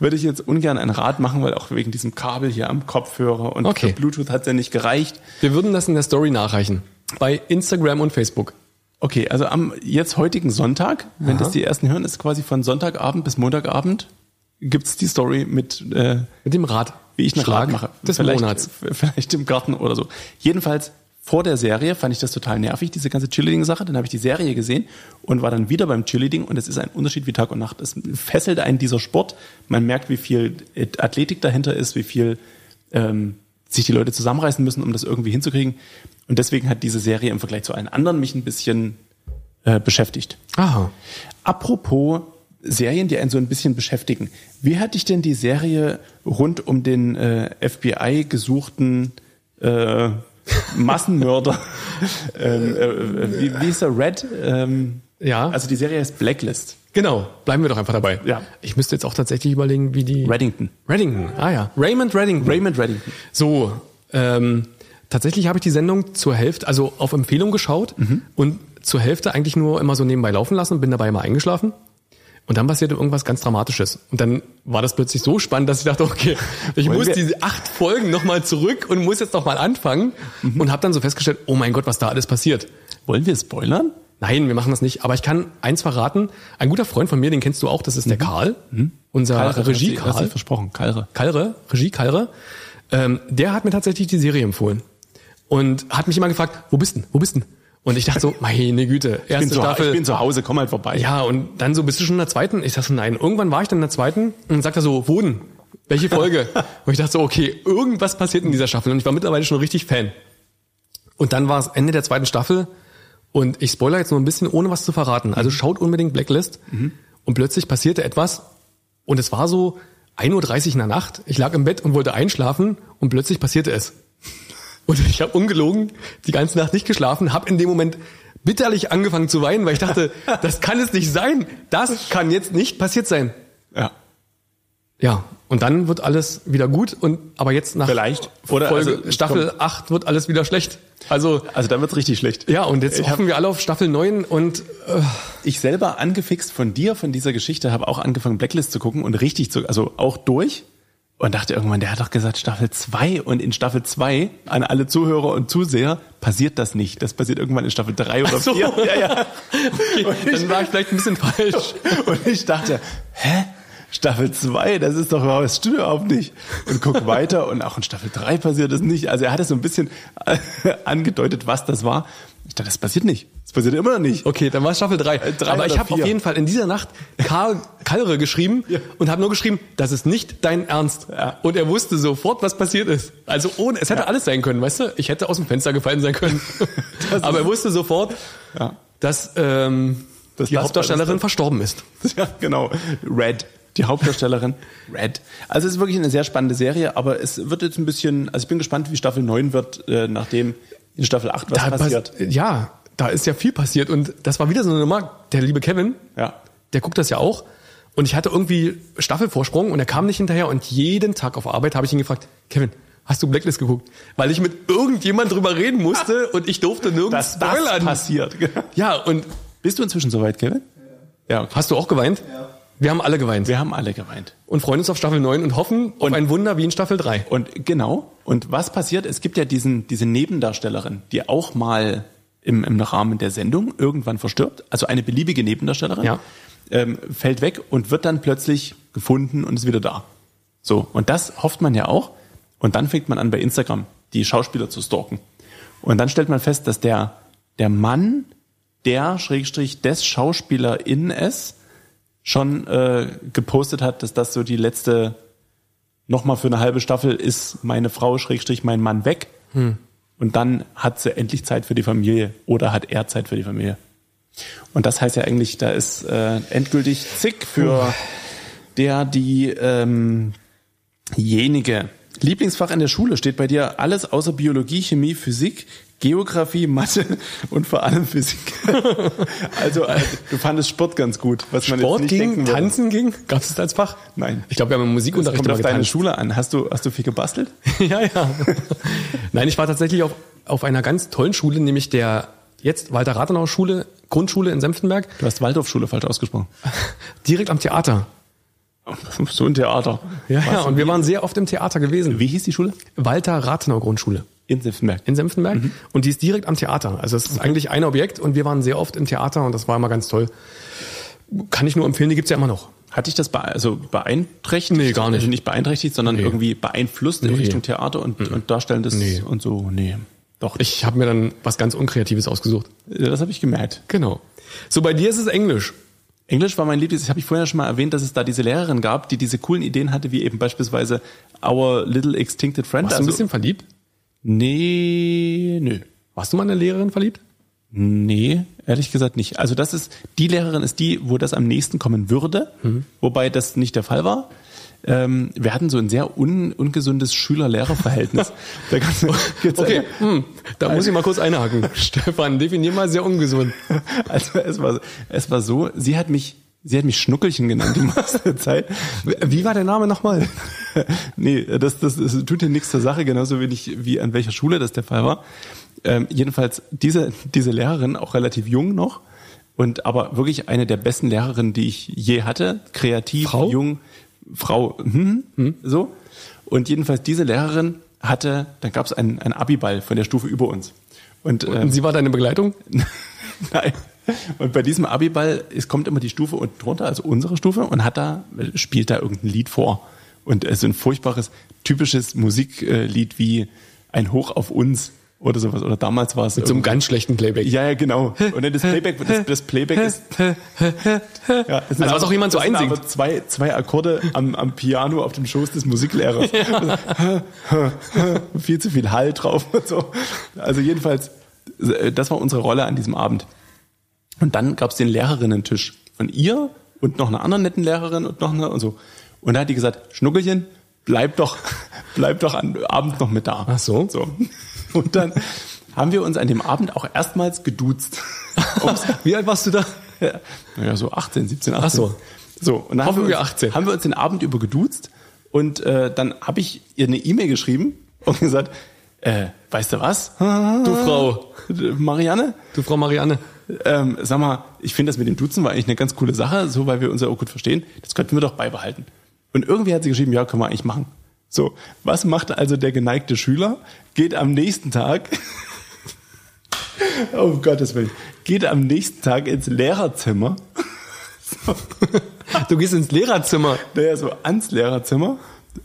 würde ich jetzt ungern ein Rad machen, weil auch wegen diesem Kabel hier am Kopfhörer und Okay. für Bluetooth hat's ja nicht gereicht. Wir würden das in der Story nachreichen. Bei Instagram und Facebook. Okay, also am jetzt heutigen Sonntag, wenn das die ersten hören, ist quasi von Sonntagabend bis Montagabend gibt's die Story mit, äh, Mit dem Rad. wie ich eine Schlag Rad mache. Des vielleicht, Monats. Vielleicht im Garten oder so. Jedenfalls vor der Serie fand ich das total nervig, diese ganze Cheerleading-Sache. Dann habe ich die Serie gesehen und war dann wieder beim Cheerleading und es ist ein Unterschied wie Tag und Nacht. Es fesselt einen dieser Sport. Man merkt, wie viel Athletik dahinter ist, wie viel ähm, sich die Leute zusammenreißen müssen, um das irgendwie hinzukriegen. Und deswegen hat diese Serie im Vergleich zu allen anderen mich ein bisschen äh, beschäftigt. Aha. Apropos Serien, die einen so ein bisschen beschäftigen. Wie hat dich denn die Serie rund um den äh, FBI gesuchten äh, [laughs] Massenmörder, ähm, äh, äh, wie, wie ist der Red? Ähm, Ja. Also die Serie heißt Blacklist. Genau. Bleiben wir doch einfach dabei. Ja. Ich müsste jetzt auch tatsächlich überlegen, wie die... Reddington. Reddington. Ah ja. Raymond Reddington. Raymond Reddington. So, ähm, tatsächlich habe ich die Sendung zur Hälfte, also auf Empfehlung geschaut Mhm. und zur Hälfte eigentlich nur immer so nebenbei laufen lassen und bin dabei immer eingeschlafen. Und dann passierte irgendwas ganz Dramatisches. Und dann war das plötzlich so spannend, dass ich dachte, okay, ich Wollen muss wir- diese acht Folgen nochmal zurück und muss jetzt nochmal anfangen. Mhm. Und habe dann so festgestellt, oh mein Gott, was da alles passiert. Wollen wir spoilern? Nein, wir machen das nicht. Aber ich kann eins verraten. Ein guter Freund von mir, den kennst du auch, das ist Mhm. der Karl. Unser Regie Hast du Karl. versprochen, Kalre. Kalre, Regie Kalre, ähm, der hat mir tatsächlich die Serie empfohlen. Und hat mich immer gefragt, wo bist denn, wo bist denn? Und ich dachte so, meine Güte, erste Ich bin, zu, Staffel. ich bin zu Hause, komm halt vorbei. ja, und dann so, bist du schon in der zweiten? Ich dachte so, nein. Irgendwann war ich dann in der zweiten und sagte so, wo denn? Welche Folge? und ich dachte so, okay, irgendwas passiert in dieser Staffel. Und ich war mittlerweile schon richtig Fan. Und dann war es Ende der zweiten Staffel und ich spoiler jetzt nur ein bisschen, ohne was zu verraten. Also schaut unbedingt Blacklist. Und plötzlich passierte etwas und es war so 1.30 Uhr in der Nacht. Ich lag im Bett und wollte einschlafen und plötzlich passierte es. Und ich habe ungelogen die ganze Nacht nicht geschlafen, habe in dem Moment bitterlich angefangen zu weinen, weil [laughs] ich dachte, das kann es nicht sein. Das kann jetzt nicht passiert sein. ja. Ja, und dann wird alles wieder gut und aber jetzt nach Vielleicht. Oder Folge, also, es Staffel 8 wird alles wieder schlecht. Also Also da wird's richtig schlecht. ja, und jetzt Ich hab- hoffen wir alle auf Staffel 9 und ich selber angefixt von dir, von dieser Geschichte, habe auch angefangen, Blacklist zu gucken und richtig zu, also auch durch. Und dachte irgendwann, der hat doch gesagt Staffel 2 und in Staffel 2 an alle Zuhörer und Zuseher passiert das nicht. Das passiert irgendwann in Staffel 3 oder 4. so. Ja, [laughs] ja. okay, Und dann ich, war ich vielleicht [laughs] ein bisschen falsch. und ich dachte, hä? Staffel 2, das ist doch überhaupt, das stimmt überhaupt nicht. Und guck weiter und auch in Staffel 3 passiert das nicht. Also er hat es so ein bisschen [laughs] angedeutet, was das war. Ich dachte, das passiert nicht. Das passiert immer noch nicht. Okay, dann war es Staffel 3. Äh, drei Aber oder ich habe auf vier. jeden Fall in dieser Nacht Karl Kalre geschrieben Ja. und habe nur geschrieben, das ist nicht dein Ernst. Ja. Und er wusste sofort, was passiert ist. Also ohne, es hätte alles sein können, weißt du? Ich hätte aus dem Fenster gefallen sein können. [laughs] Das Aber ist- er wusste sofort, Ja. dass ähm, Das die lass- Hauptdarstellerin das- verstorben ist. [laughs] Ja, genau. Red. Die Hauptdarstellerin Red. Also es ist wirklich eine sehr spannende Serie, aber es wird jetzt ein bisschen, also ich bin gespannt, wie Staffel 9 wird, äh, nachdem in Staffel 8 was pass- passiert. Ja, da ist ja viel passiert. Und das war wieder so eine Nummer, der liebe Kevin, Ja. der guckt das ja auch. Und ich hatte irgendwie Staffelvorsprung und er kam nicht hinterher. Und jeden Tag auf Arbeit habe ich ihn gefragt, Kevin, hast du Blacklist geguckt? Weil ich mit irgendjemand drüber reden [laughs] musste und ich durfte nirgends Dass das spoilern. passiert. genau. ja, und Bist du inzwischen soweit, Kevin? Ja, okay. hast du auch geweint? Ja. Wir haben alle geweint Wir haben alle geweint. und freuen uns auf Staffel 9 und hoffen auf Und- ein Wunder wie in Staffel 3. Und genau. Und was passiert? Es gibt ja diesen, diese Nebendarstellerin, die auch mal im, im Rahmen der Sendung irgendwann verstirbt. Also eine beliebige Nebendarstellerin Ja. ähm, fällt weg und wird dann plötzlich gefunden und ist wieder da. So. Und das hofft man ja auch. Und dann fängt man an bei Instagram die Schauspieler zu stalken. Und dann stellt man fest, dass der, der Mann der Schrägstrich des SchauspielerInnen es schon äh, gepostet hat, dass das so die letzte nochmal für eine halbe Staffel ist meine Frau, Schrägstrich, mein Mann Hm. weg. Und dann hat sie endlich Zeit für die Familie oder hat er Zeit für die Familie. Und das heißt ja eigentlich, da ist äh, endgültig zick für der, die, ähm, jenige. Lieblingsfach in der Schule steht bei dir alles außer Biologie, Chemie, Physik, Geografie, Mathe [laughs] und vor allem [laughs] Physik. also äh, du fandest Sport ganz gut, was man Sport jetzt nicht ging, denken würde. Tanzen ging, gab es das als Fach? Nein. Ich glaube, wir haben im Das Musikunterricht kommt auf immer deine getanzt. Schule an. Hast du, hast du viel gebastelt? [laughs] ja, ja. Nein, ich war tatsächlich auf, auf einer ganz tollen Schule, nämlich der jetzt Walter-Rathenau-Schule, Grundschule in Senftenberg, [laughs] [laughs] Du hast Waldorfschule falsch ausgesprochen. direkt am Theater. So ein Theater. Ja, ja, und wir waren sehr oft im Theater gewesen. Wie hieß die Schule? Walter-Rathenau-Grundschule. In Senftenberg. in Senftenberg und die ist direkt am Theater. Also es ist eigentlich ein Objekt und wir waren sehr oft im Theater und das war immer ganz toll. Kann ich nur empfehlen, die gibt's ja immer noch. Hat dich das bee also beeinträchtigt? Nee, gar nicht. Also nicht beeinträchtigt, sondern irgendwie beeinflusst in Nee. Mhm. Richtung Theater und, und Darstellendes Nee. und so. Nee. Doch. Ich habe mir dann was ganz Unkreatives ausgesucht. äh, das habe ich gemerkt. Genau. So, bei dir ist es Englisch. Englisch war mein Lieblings. Ich habe ich vorher schon mal erwähnt, dass es da diese Lehrerin gab, die diese coolen Ideen hatte, wie eben beispielsweise Our Little Extincted Friend. Also Warst du ein bisschen verliebt? nee, nö. Warst du mal in eine Lehrerin verliebt? Nee, ehrlich gesagt nicht. Also das ist, die Lehrerin ist die, wo das am nächsten kommen würde, wobei das nicht der Fall war. Ähm, wir hatten so ein sehr un, ungesundes Schüler-Lehrer-Verhältnis. da kannst du, gibt's Okay, eine- hm, da muss ich mal kurz [laughs] einhaken. Stefan, definier mal sehr ungesund. [laughs] Also es war, es war so, sie hat mich, sie hat mich Schnuckelchen genannt die meiste [laughs] Zeit. Wie war der Name nochmal? [laughs] nee, das, das, das tut dir nichts zur Sache, genauso wenig wie an welcher Schule das der Fall war. Ähm, jedenfalls diese, diese Lehrerin, auch relativ jung noch, und aber wirklich eine der besten Lehrerinnen, die ich je hatte, kreativ, Frau? jung, Frau, hm, so. Und jedenfalls diese Lehrerin hatte, dann gab es einen, einen Abiball von der Stufe über uns. Und, ähm, Und sie war deine Begleitung? Nein. Und bei diesem Abiball, es kommt immer die Stufe unten drunter, also unsere Stufe, und hat da, spielt da irgendein Lied vor. Und es ist ein furchtbares, typisches Musiklied wie ein Hoch auf uns oder sowas. Oder damals war es. Mit so einem ganz schlechten Playback. ja, ja, genau. Und dann das Playback, das, das Playback [laughs] ist. Ja, das sind Also, was auch jemand so das sind einsingt. Aber zwei, zwei Akkorde am, am Piano auf dem Schoß des Musiklehrers. [laughs] viel zu viel Hall drauf und so. Also jedenfalls, das war unsere Rolle an diesem Abend. Und dann gab's den Lehrerinnen-Tisch von ihr und noch einer anderen netten Lehrerin und noch einer und so. Und da hat die gesagt, Schnuckelchen, bleib doch, [laughs] bleib doch am Abend noch mit da. Ach so. so. Und dann haben wir uns an dem Abend auch erstmals [laughs] geduzt. Ups. Wie alt warst du da? Ja. Naja, so 18, 17, 18. Ach so. So, und dann haben Hoffen wir, wir uns, 18. haben wir uns den Abend über geduzt und äh, dann habe ich ihr eine E-Mail geschrieben und gesagt, äh, weißt du [laughs] was, Du Frau. Marianne, Du Frau Marianne. ähm, sag mal, ich finde das mit dem Duzen war eigentlich eine ganz coole Sache, so weil wir uns ja auch gut verstehen. Das könnten wir doch beibehalten. Und irgendwie hat sie geschrieben, ja, können wir eigentlich machen. So, was macht also der geneigte Schüler? Geht am nächsten Tag, [laughs] oh um Gottes Willen, geht am nächsten Tag ins Lehrerzimmer [laughs] Du gehst ins Lehrerzimmer. naja, so ans Lehrerzimmer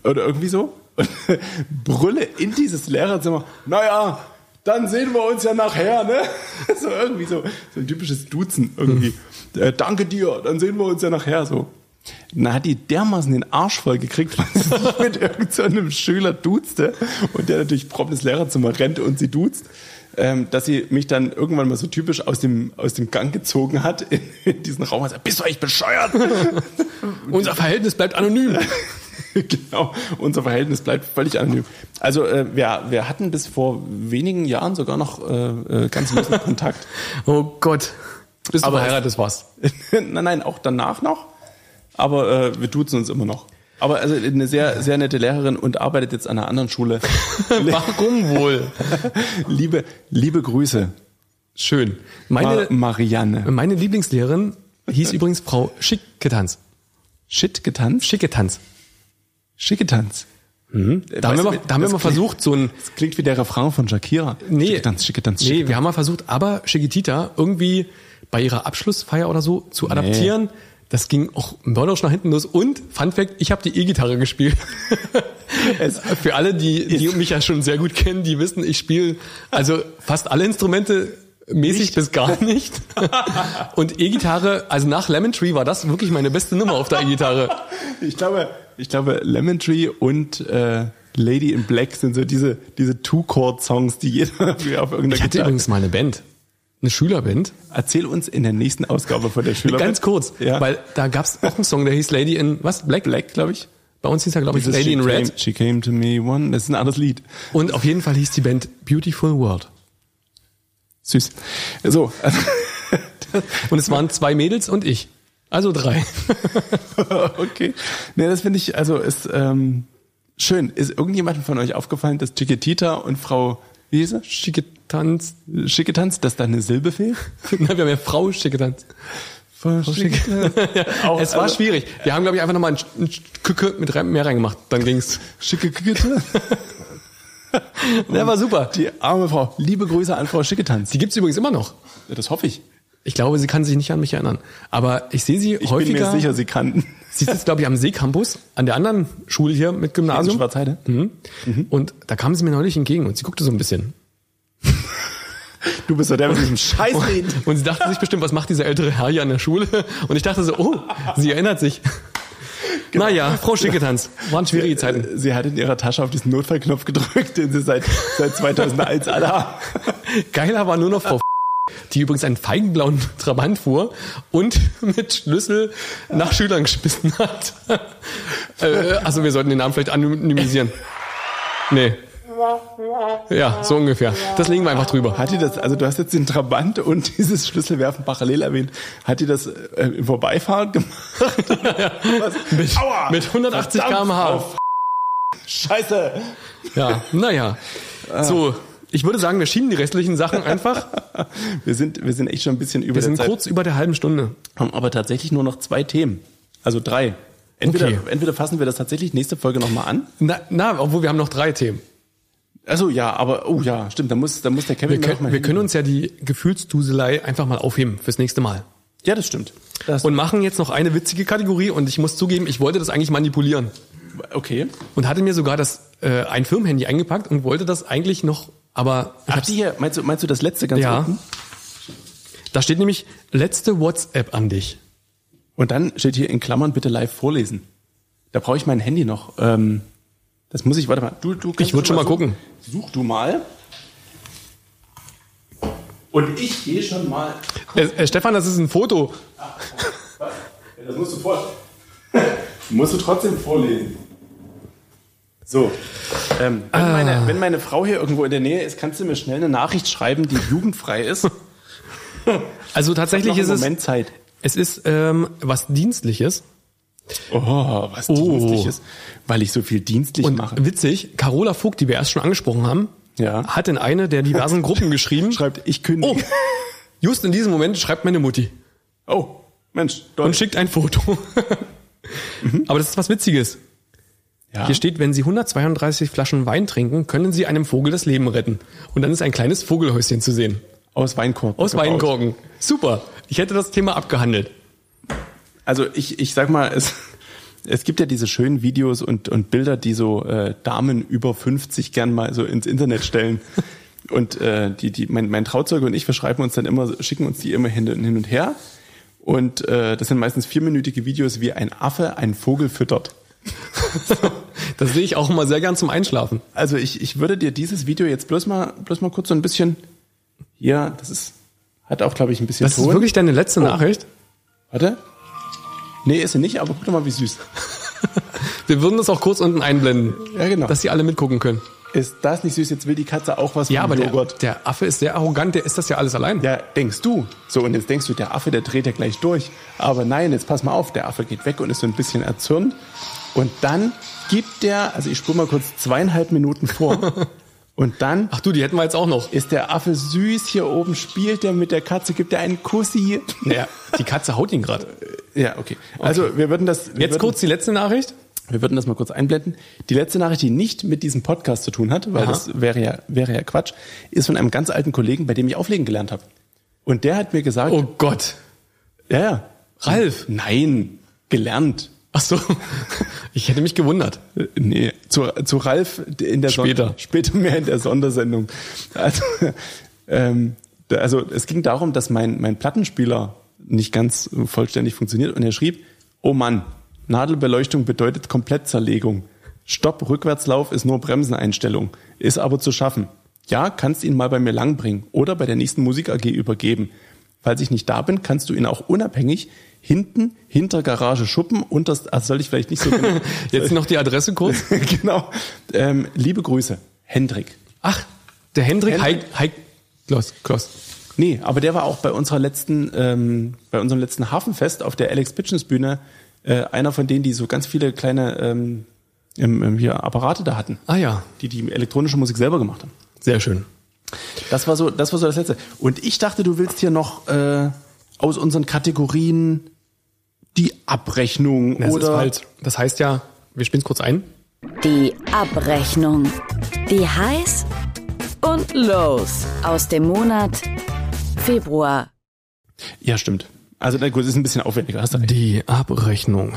oder irgendwie so und [laughs] brülle in dieses Lehrerzimmer, naja, dann sehen wir uns ja nachher, ne? [laughs] So irgendwie so, so ein typisches Duzen irgendwie. Äh, danke dir, dann sehen wir uns ja nachher so. Na, hat die dermaßen den Arsch voll [laughs] gekriegt, weil sie sich mit irgendeinem Schüler duzte und der natürlich prompt ins Lehrerzimmer rennt und sie duzt, ähm, dass sie mich dann irgendwann mal so typisch aus dem, aus dem Gang gezogen hat [laughs] in, in diesen Raum und sagt, bist du eigentlich bescheuert? Unser Verhältnis bleibt [laughs] anonym. [laughs] genau, unser Verhältnis bleibt völlig anonym. Also äh, wir, wir hatten bis vor wenigen Jahren sogar noch äh, äh, [laughs] ganz losen Kontakt. Oh Gott. Bist Aber- du verheiratet, warst. [laughs] nein, nein, auch danach noch. Aber äh, wir duzen uns immer noch. Aber also eine sehr, sehr nette Lehrerin und arbeitet jetzt an einer anderen Schule. [laughs] Warum wohl? [laughs] liebe, liebe Grüße, Schön. Ma Meine, Marianne. meine Lieblingslehrerin hieß übrigens Frau Schicketanz. Shit getanzt? Mhm. Schicketanz. Shit getanzt. Da haben wir mal, da haben wir mal versucht, so ein, Das klingt wie der Refrain von Shakira. nee, Schicketanz, Schicketanz, nee, wir haben mal versucht, aber Schicketita irgendwie bei ihrer Abschlussfeier oder so zu adaptieren. Das ging auch mörderisch nach hinten los. Und, Fun Fact, ich habe die E-Gitarre gespielt. [laughs] Für alle, die, die mich ja schon sehr gut kennen, die wissen, ich spiele also fast alle Instrumente mäßig bis gar [laughs] nicht. Und E-Gitarre, also nach Lemon Tree war das wirklich meine beste Nummer auf der E-Gitarre. Ich glaube, ich glaube, Lemon Tree und äh, Lady in Black sind so diese, diese Two-Chord-Songs, die jeder [laughs] irgendwie auf irgendeiner Ich hatte Gitarre- übrigens mal eine Band. eine Schülerband. Erzähl uns in der nächsten Ausgabe von der Schüler. Äh, Ganz kurz, ja. weil da gab es auch einen Song, der hieß Lady in, was? Black? Black, glaube ich. Bei uns hieß er, glaube ich, Dieses Lady she, in came, Red. she came to me one. Das ist ein anderes Lied. Und auf jeden Fall hieß die Band Beautiful World. Süß. So, [laughs] Und es waren zwei Mädels und ich. [laughs] Also drei. okay. Ne, das finde ich, also ist ähm, schön. Ist irgendjemandem von euch aufgefallen, dass Chiquitita und Frau, wie hieß sie? Schicke Tanz. Schicke Tanz, dass da eine Silbe fehlt? Na, wir haben ja Frau Schicke Tanz. Frau [laughs] Schicke. Auch, es war also- schwierig. Wir haben, glaube ich, einfach nochmal ein, Sch- ein Sch- Kücke mit rein, mehr reingemacht. Dann ging's. [laughs] Schicke Der war super. Die, Die arme Frau. Liebe Grüße an Frau Schicke Tanz. die gibt's übrigens immer noch. Das hoffe ich. Ich glaube, sie kann sich nicht an mich erinnern. Aber ich sehe sie Ich häufiger. bin mir sicher, sie kannten. Sie sitzt, glaube ich, am Seecampus, an der anderen Schule hier mit Also Gymnasium. Schwarzheide. Mhm. Und da kam sie mir neulich entgegen und sie guckte so ein bisschen. Du bist doch der mit [laughs] diesem Scheißlied. Und sie dachte sich bestimmt, was macht dieser ältere Herr hier an der Schule? Und ich dachte so, oh, sie erinnert sich. Naja, Frau Schicketanz, waren schwierige Zeiten. Äh, Sie hat in ihrer Tasche auf diesen Notfallknopf gedrückt, den sie seit, seit 2001 alle haben. Geiler war nur noch Frau die übrigens einen feigenblauen Trabant fuhr und mit Schlüssel nach Schülern geschmissen hat. äh, also wir sollten den Namen vielleicht anonymisieren. Nee. Ja, so ungefähr. Das legen wir einfach drüber. Hat die das, also du hast jetzt den Trabant und dieses Schlüsselwerfen parallel erwähnt. Hat die das äh, im Vorbeifahren gemacht? Was? Mit, mit 180 Verdammt, km/h. Scheiße! Ja, naja. Ah. So, ich würde sagen, wir schieben die [laughs] restlichen Sachen einfach. Wir sind, wir sind echt schon ein bisschen über Wir sind der Zeit. kurz über der halben Stunde. haben aber tatsächlich nur noch zwei Themen. Also drei. Entweder, Okay. entweder fassen wir das tatsächlich nächste Folge nochmal an. Na, na, obwohl wir haben noch drei Themen. Also ja, aber oh ja, stimmt, da muss, da muss der Kevin Wir mir noch können, mal wir hin- können uns ja die Gefühlsduselei einfach mal aufheben fürs nächste Mal. Ja, das stimmt. Das Und machen jetzt noch eine witzige Kategorie und ich muss zugeben, ich wollte das eigentlich manipulieren. okay. Und hatte mir sogar das äh, ein Firmenhandy eingepackt und wollte das eigentlich noch, aber ich Ach, hab's- die hier, meinst du, meinst du das letzte ganz ja. unten? Da steht nämlich letzte WhatsApp an dich. Und dann steht hier in Klammern bitte live vorlesen. Da brauche ich mein Handy noch. Ähm, das muss ich, warte mal. Du, du kannst Ich würd schon mal suchen. Such du mal. Und ich gehe schon mal. Äh, äh, Stefan, das ist ein Foto. Was? Ja, Das musst du vor. [laughs] musst du trotzdem vorlesen. So. Ähm, wenn, meine, wenn meine Frau hier irgendwo in der Nähe ist, kannst du mir schnell eine Nachricht schreiben, die jugendfrei [laughs] ist. Also Noch tatsächlich einen ist es, Moment Zeit. es ist ähm, was Dienstliches. Oh, was dienstliches. Weil ich so viel dienstlich Und mache. witzig, Carola Vogt, die wir erst schon angesprochen haben, Ja. hat in eine der diversen Gruppen [laughs] geschrieben. Schreibt, ich Oh, kündige. just in diesem Moment schreibt meine Mutti Oh, Mensch. und schickt [laughs] ein Foto. Aber das ist was Witziges. Mhm. Ja. Hier steht, wenn Sie 132 Flaschen Wein trinken, können Sie einem Vogel das Leben retten. Und dann ist ein kleines Vogelhäuschen zu sehen. Aus Weinkorken. Aus gebaut. Weinkorken. Super. Ich hätte das [laughs] Thema abgehandelt. Also ich, ich sag mal, es, es gibt ja diese schönen Videos und, und Bilder, die so äh, Damen über 50 gern mal so ins Internet stellen. Und äh, die, die, mein, mein Trauzeuge und ich, wir schreiben uns dann immer, schicken uns die immer hin, hin und her. Und äh, das sind meistens vierminütige Videos, wie ein Affe einen Vogel füttert. Das sehe ich auch immer sehr gern zum Einschlafen. Also ich, ich würde dir dieses Video jetzt bloß mal, bloß mal kurz so ein bisschen. Ja, das ist. Hat auch, glaube ich, ein bisschen Das ist wirklich deine Oh. letzte Nachricht? Warte. Nee, ist sie nicht, aber guck doch mal, wie süß. Wir würden das auch kurz unten einblenden. Ja, genau. Dass Sie alle mitgucken können. Ist das nicht süß? Jetzt will die Katze auch was Ja, vom aber der, Joghurt. der Affe ist sehr arrogant, der isst das ja alles allein. Oh Ja, denkst du. So, und jetzt denkst du, der Affe, der dreht ja gleich durch. Aber nein, jetzt pass mal auf, der Affe geht weg und ist so ein bisschen erzürnt. Und dann gibt der, also ich spule mal kurz zweieinhalb Minuten [laughs] vor. und dann Ach du, die hätten wir jetzt auch noch. ist der Affe süß hier oben, spielt der mit der Katze, gibt er einen Kussi. Ja, die Katze haut ihn gerade. Äh, Ja, okay. Also wir würden das wir Jetzt würden, kurz die letzte Nachricht. wir würden das mal kurz einblenden. Die letzte Nachricht, die nicht mit diesem Podcast zu tun hat, weil Aha. das wäre ja wäre ja Quatsch, ist von einem ganz alten Kollegen, bei dem ich auflegen gelernt habe. Und der hat mir gesagt, Oh Gott. ja, ja, Ralf. nein, gelernt. Ach so. [laughs] Ich hätte mich gewundert. Äh, Nee, zu, zu Ralf in der Son- Später. später mehr in der Sondersendung. Also, ähm, da- also es ging darum, dass mein, mein Plattenspieler nicht ganz äh, vollständig funktioniert und er schrieb, oh Mann, Nadelbeleuchtung bedeutet Komplettzerlegung. Stopp, Rückwärtslauf ist nur Bremseneinstellung, ist aber zu schaffen. ja, kannst ihn mal bei mir langbringen oder bei der nächsten Musik AG übergeben. Falls ich nicht da bin, kannst du ihn auch unabhängig hinten, hinter Garage schuppen und das, also soll ich vielleicht nicht so genau. Jetzt noch die Adresse kurz. genau. [laughs] Ähm, liebe Grüße, Hendrik. Ach, der Hendrik Heik, Hendrik. Heik, Kloss, Kloss. Nee, aber der war auch bei unserer letzten, ähm, bei unserem letzten Hafenfest auf der Alex Pitchens Bühne äh, einer von denen, die so ganz viele kleine ähm, ähm, ähm, hier Apparate da hatten, Ah ja, die die elektronische Musik selber gemacht haben. sehr schön. Das war so, das war so das letzte. Und ich dachte, du willst hier noch äh, aus unseren Kategorien die Abrechnung Das, oder ist halt, das heißt ja, wir spielen es kurz ein. Die Abrechnung. Die heiß und los aus dem Monat Februar. ja stimmt. Also na gut, es ist ein bisschen aufwendiger. Hast du recht. Die Abrechnung.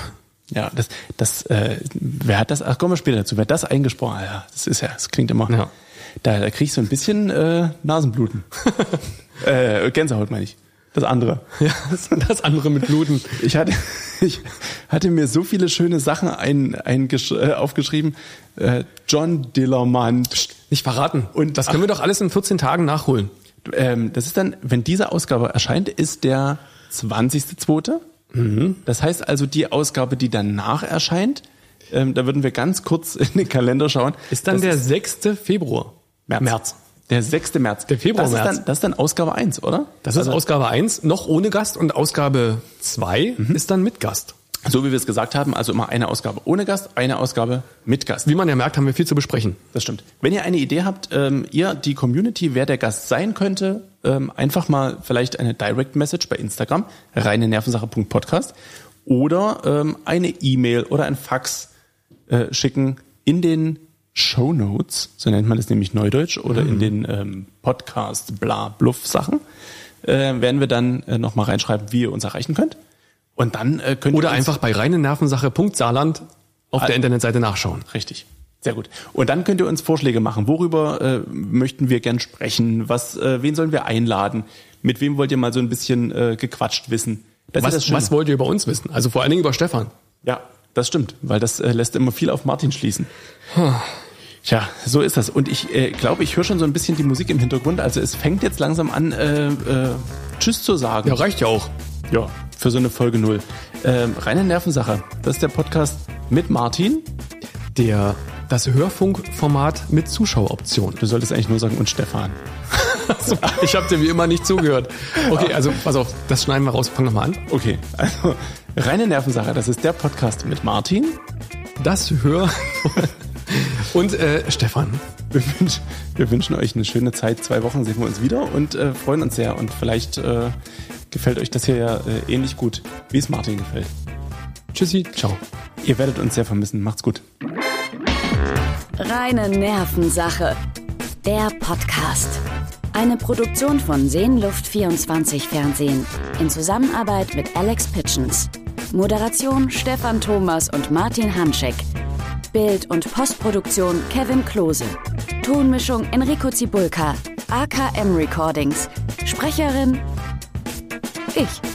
Ja, das, das, äh, wer hat das? Ach, kommen wir später dazu. Wer hat das eingesprochen? Ah Ja, das ist ja, das klingt immer. Ja. [laughs] Da, da krieg ich so ein bisschen äh, Nasenbluten. äh, Gänsehaut meine ich. Das andere. Ja, das- das andere mit Bluten. Ich hatte, [laughs] ich hatte mir so viele schöne Sachen ein, eingesch- äh, aufgeschrieben. Äh, John Dillermann. Nicht verraten. Und- das können wir doch alles in 14 Tagen nachholen. Ähm, das ist dann, wenn diese Ausgabe erscheint, ist der 20.02. Mhm. Das heißt also, die Ausgabe, die danach erscheint, ähm, da würden wir ganz kurz in den Kalender schauen. Ist dann das der 6. Februar. März. Der 6. März. Der Februar, das ist März. Dann, das ist dann Ausgabe 1, oder? Das ist Ausgabe 1, noch ohne Gast und Ausgabe 2 ist dann mit Gast. So wie wir es gesagt haben, also immer eine Ausgabe ohne Gast, eine Ausgabe mit Gast. Wie man ja merkt, haben wir viel zu besprechen. Das stimmt. Wenn ihr eine Idee habt, ähm, ihr, die Community, wer der Gast sein könnte, ähm, einfach mal vielleicht eine Direct Message bei Instagram, reine Nervensache.podcast oder ähm, eine E-Mail oder ein Fax äh, schicken in den Show Notes, so nennt man das nämlich neudeutsch, oder Mhm. in den ähm, Podcast bla bluff Sachen, äh, werden wir dann äh, nochmal reinschreiben, wie ihr uns erreichen könnt. Und dann äh, könnt Oder ihr uns- einfach bei reine Nervensache.saarland auf der Internetseite nachschauen. Richtig. Sehr gut. Und dann könnt ihr uns Vorschläge machen. Worüber äh, möchten wir gern sprechen? Was, äh, wen sollen wir einladen? Mit wem wollt ihr mal so ein bisschen äh, gequatscht wissen? Das ist das Was, Schöne. was wollt ihr über uns wissen? Also vor allen Dingen über Stefan. Ja, das stimmt, weil das äh, lässt immer viel auf Martin schließen. Tja, so ist das. Und ich äh, glaube, ich höre schon so ein bisschen die Musik im Hintergrund. Also es fängt jetzt langsam an, äh, äh, Tschüss zu sagen. Ja, reicht ja auch. Ja, für so eine Folge null. Ähm, reine Nervensache. Das ist der Podcast mit Martin. Der, das Hörfunkformat mit Zuschaueroption. Du solltest eigentlich nur sagen und Stefan. Also, ich habe dir wie immer nicht zugehört. Okay, also pass auf, das schneiden wir raus. Fang nochmal an. Okay, also reine Nervensache, das ist der Podcast mit Martin. Das Hör... [laughs] Und äh, Stefan, Wir, wünsch, wir wünschen euch eine schöne Zeit. Zwei Wochen sehen wir uns wieder und äh, freuen uns sehr. Und vielleicht äh, gefällt euch das hier ja äh, ähnlich gut, wie es Martin gefällt. tschüssi, ciao. Ihr werdet uns sehr vermissen. Macht's gut. Reine Nervensache. Der Podcast. Eine Produktion von Seenluft 24 Fernsehen in Zusammenarbeit mit Alex Pitchens. Moderation Stefan Thomas und Martin Hanschek. Bild- und Postproduktion Kevin Klose. Tonmischung Enrico Zibulka. AKM Recordings. Sprecherin ich.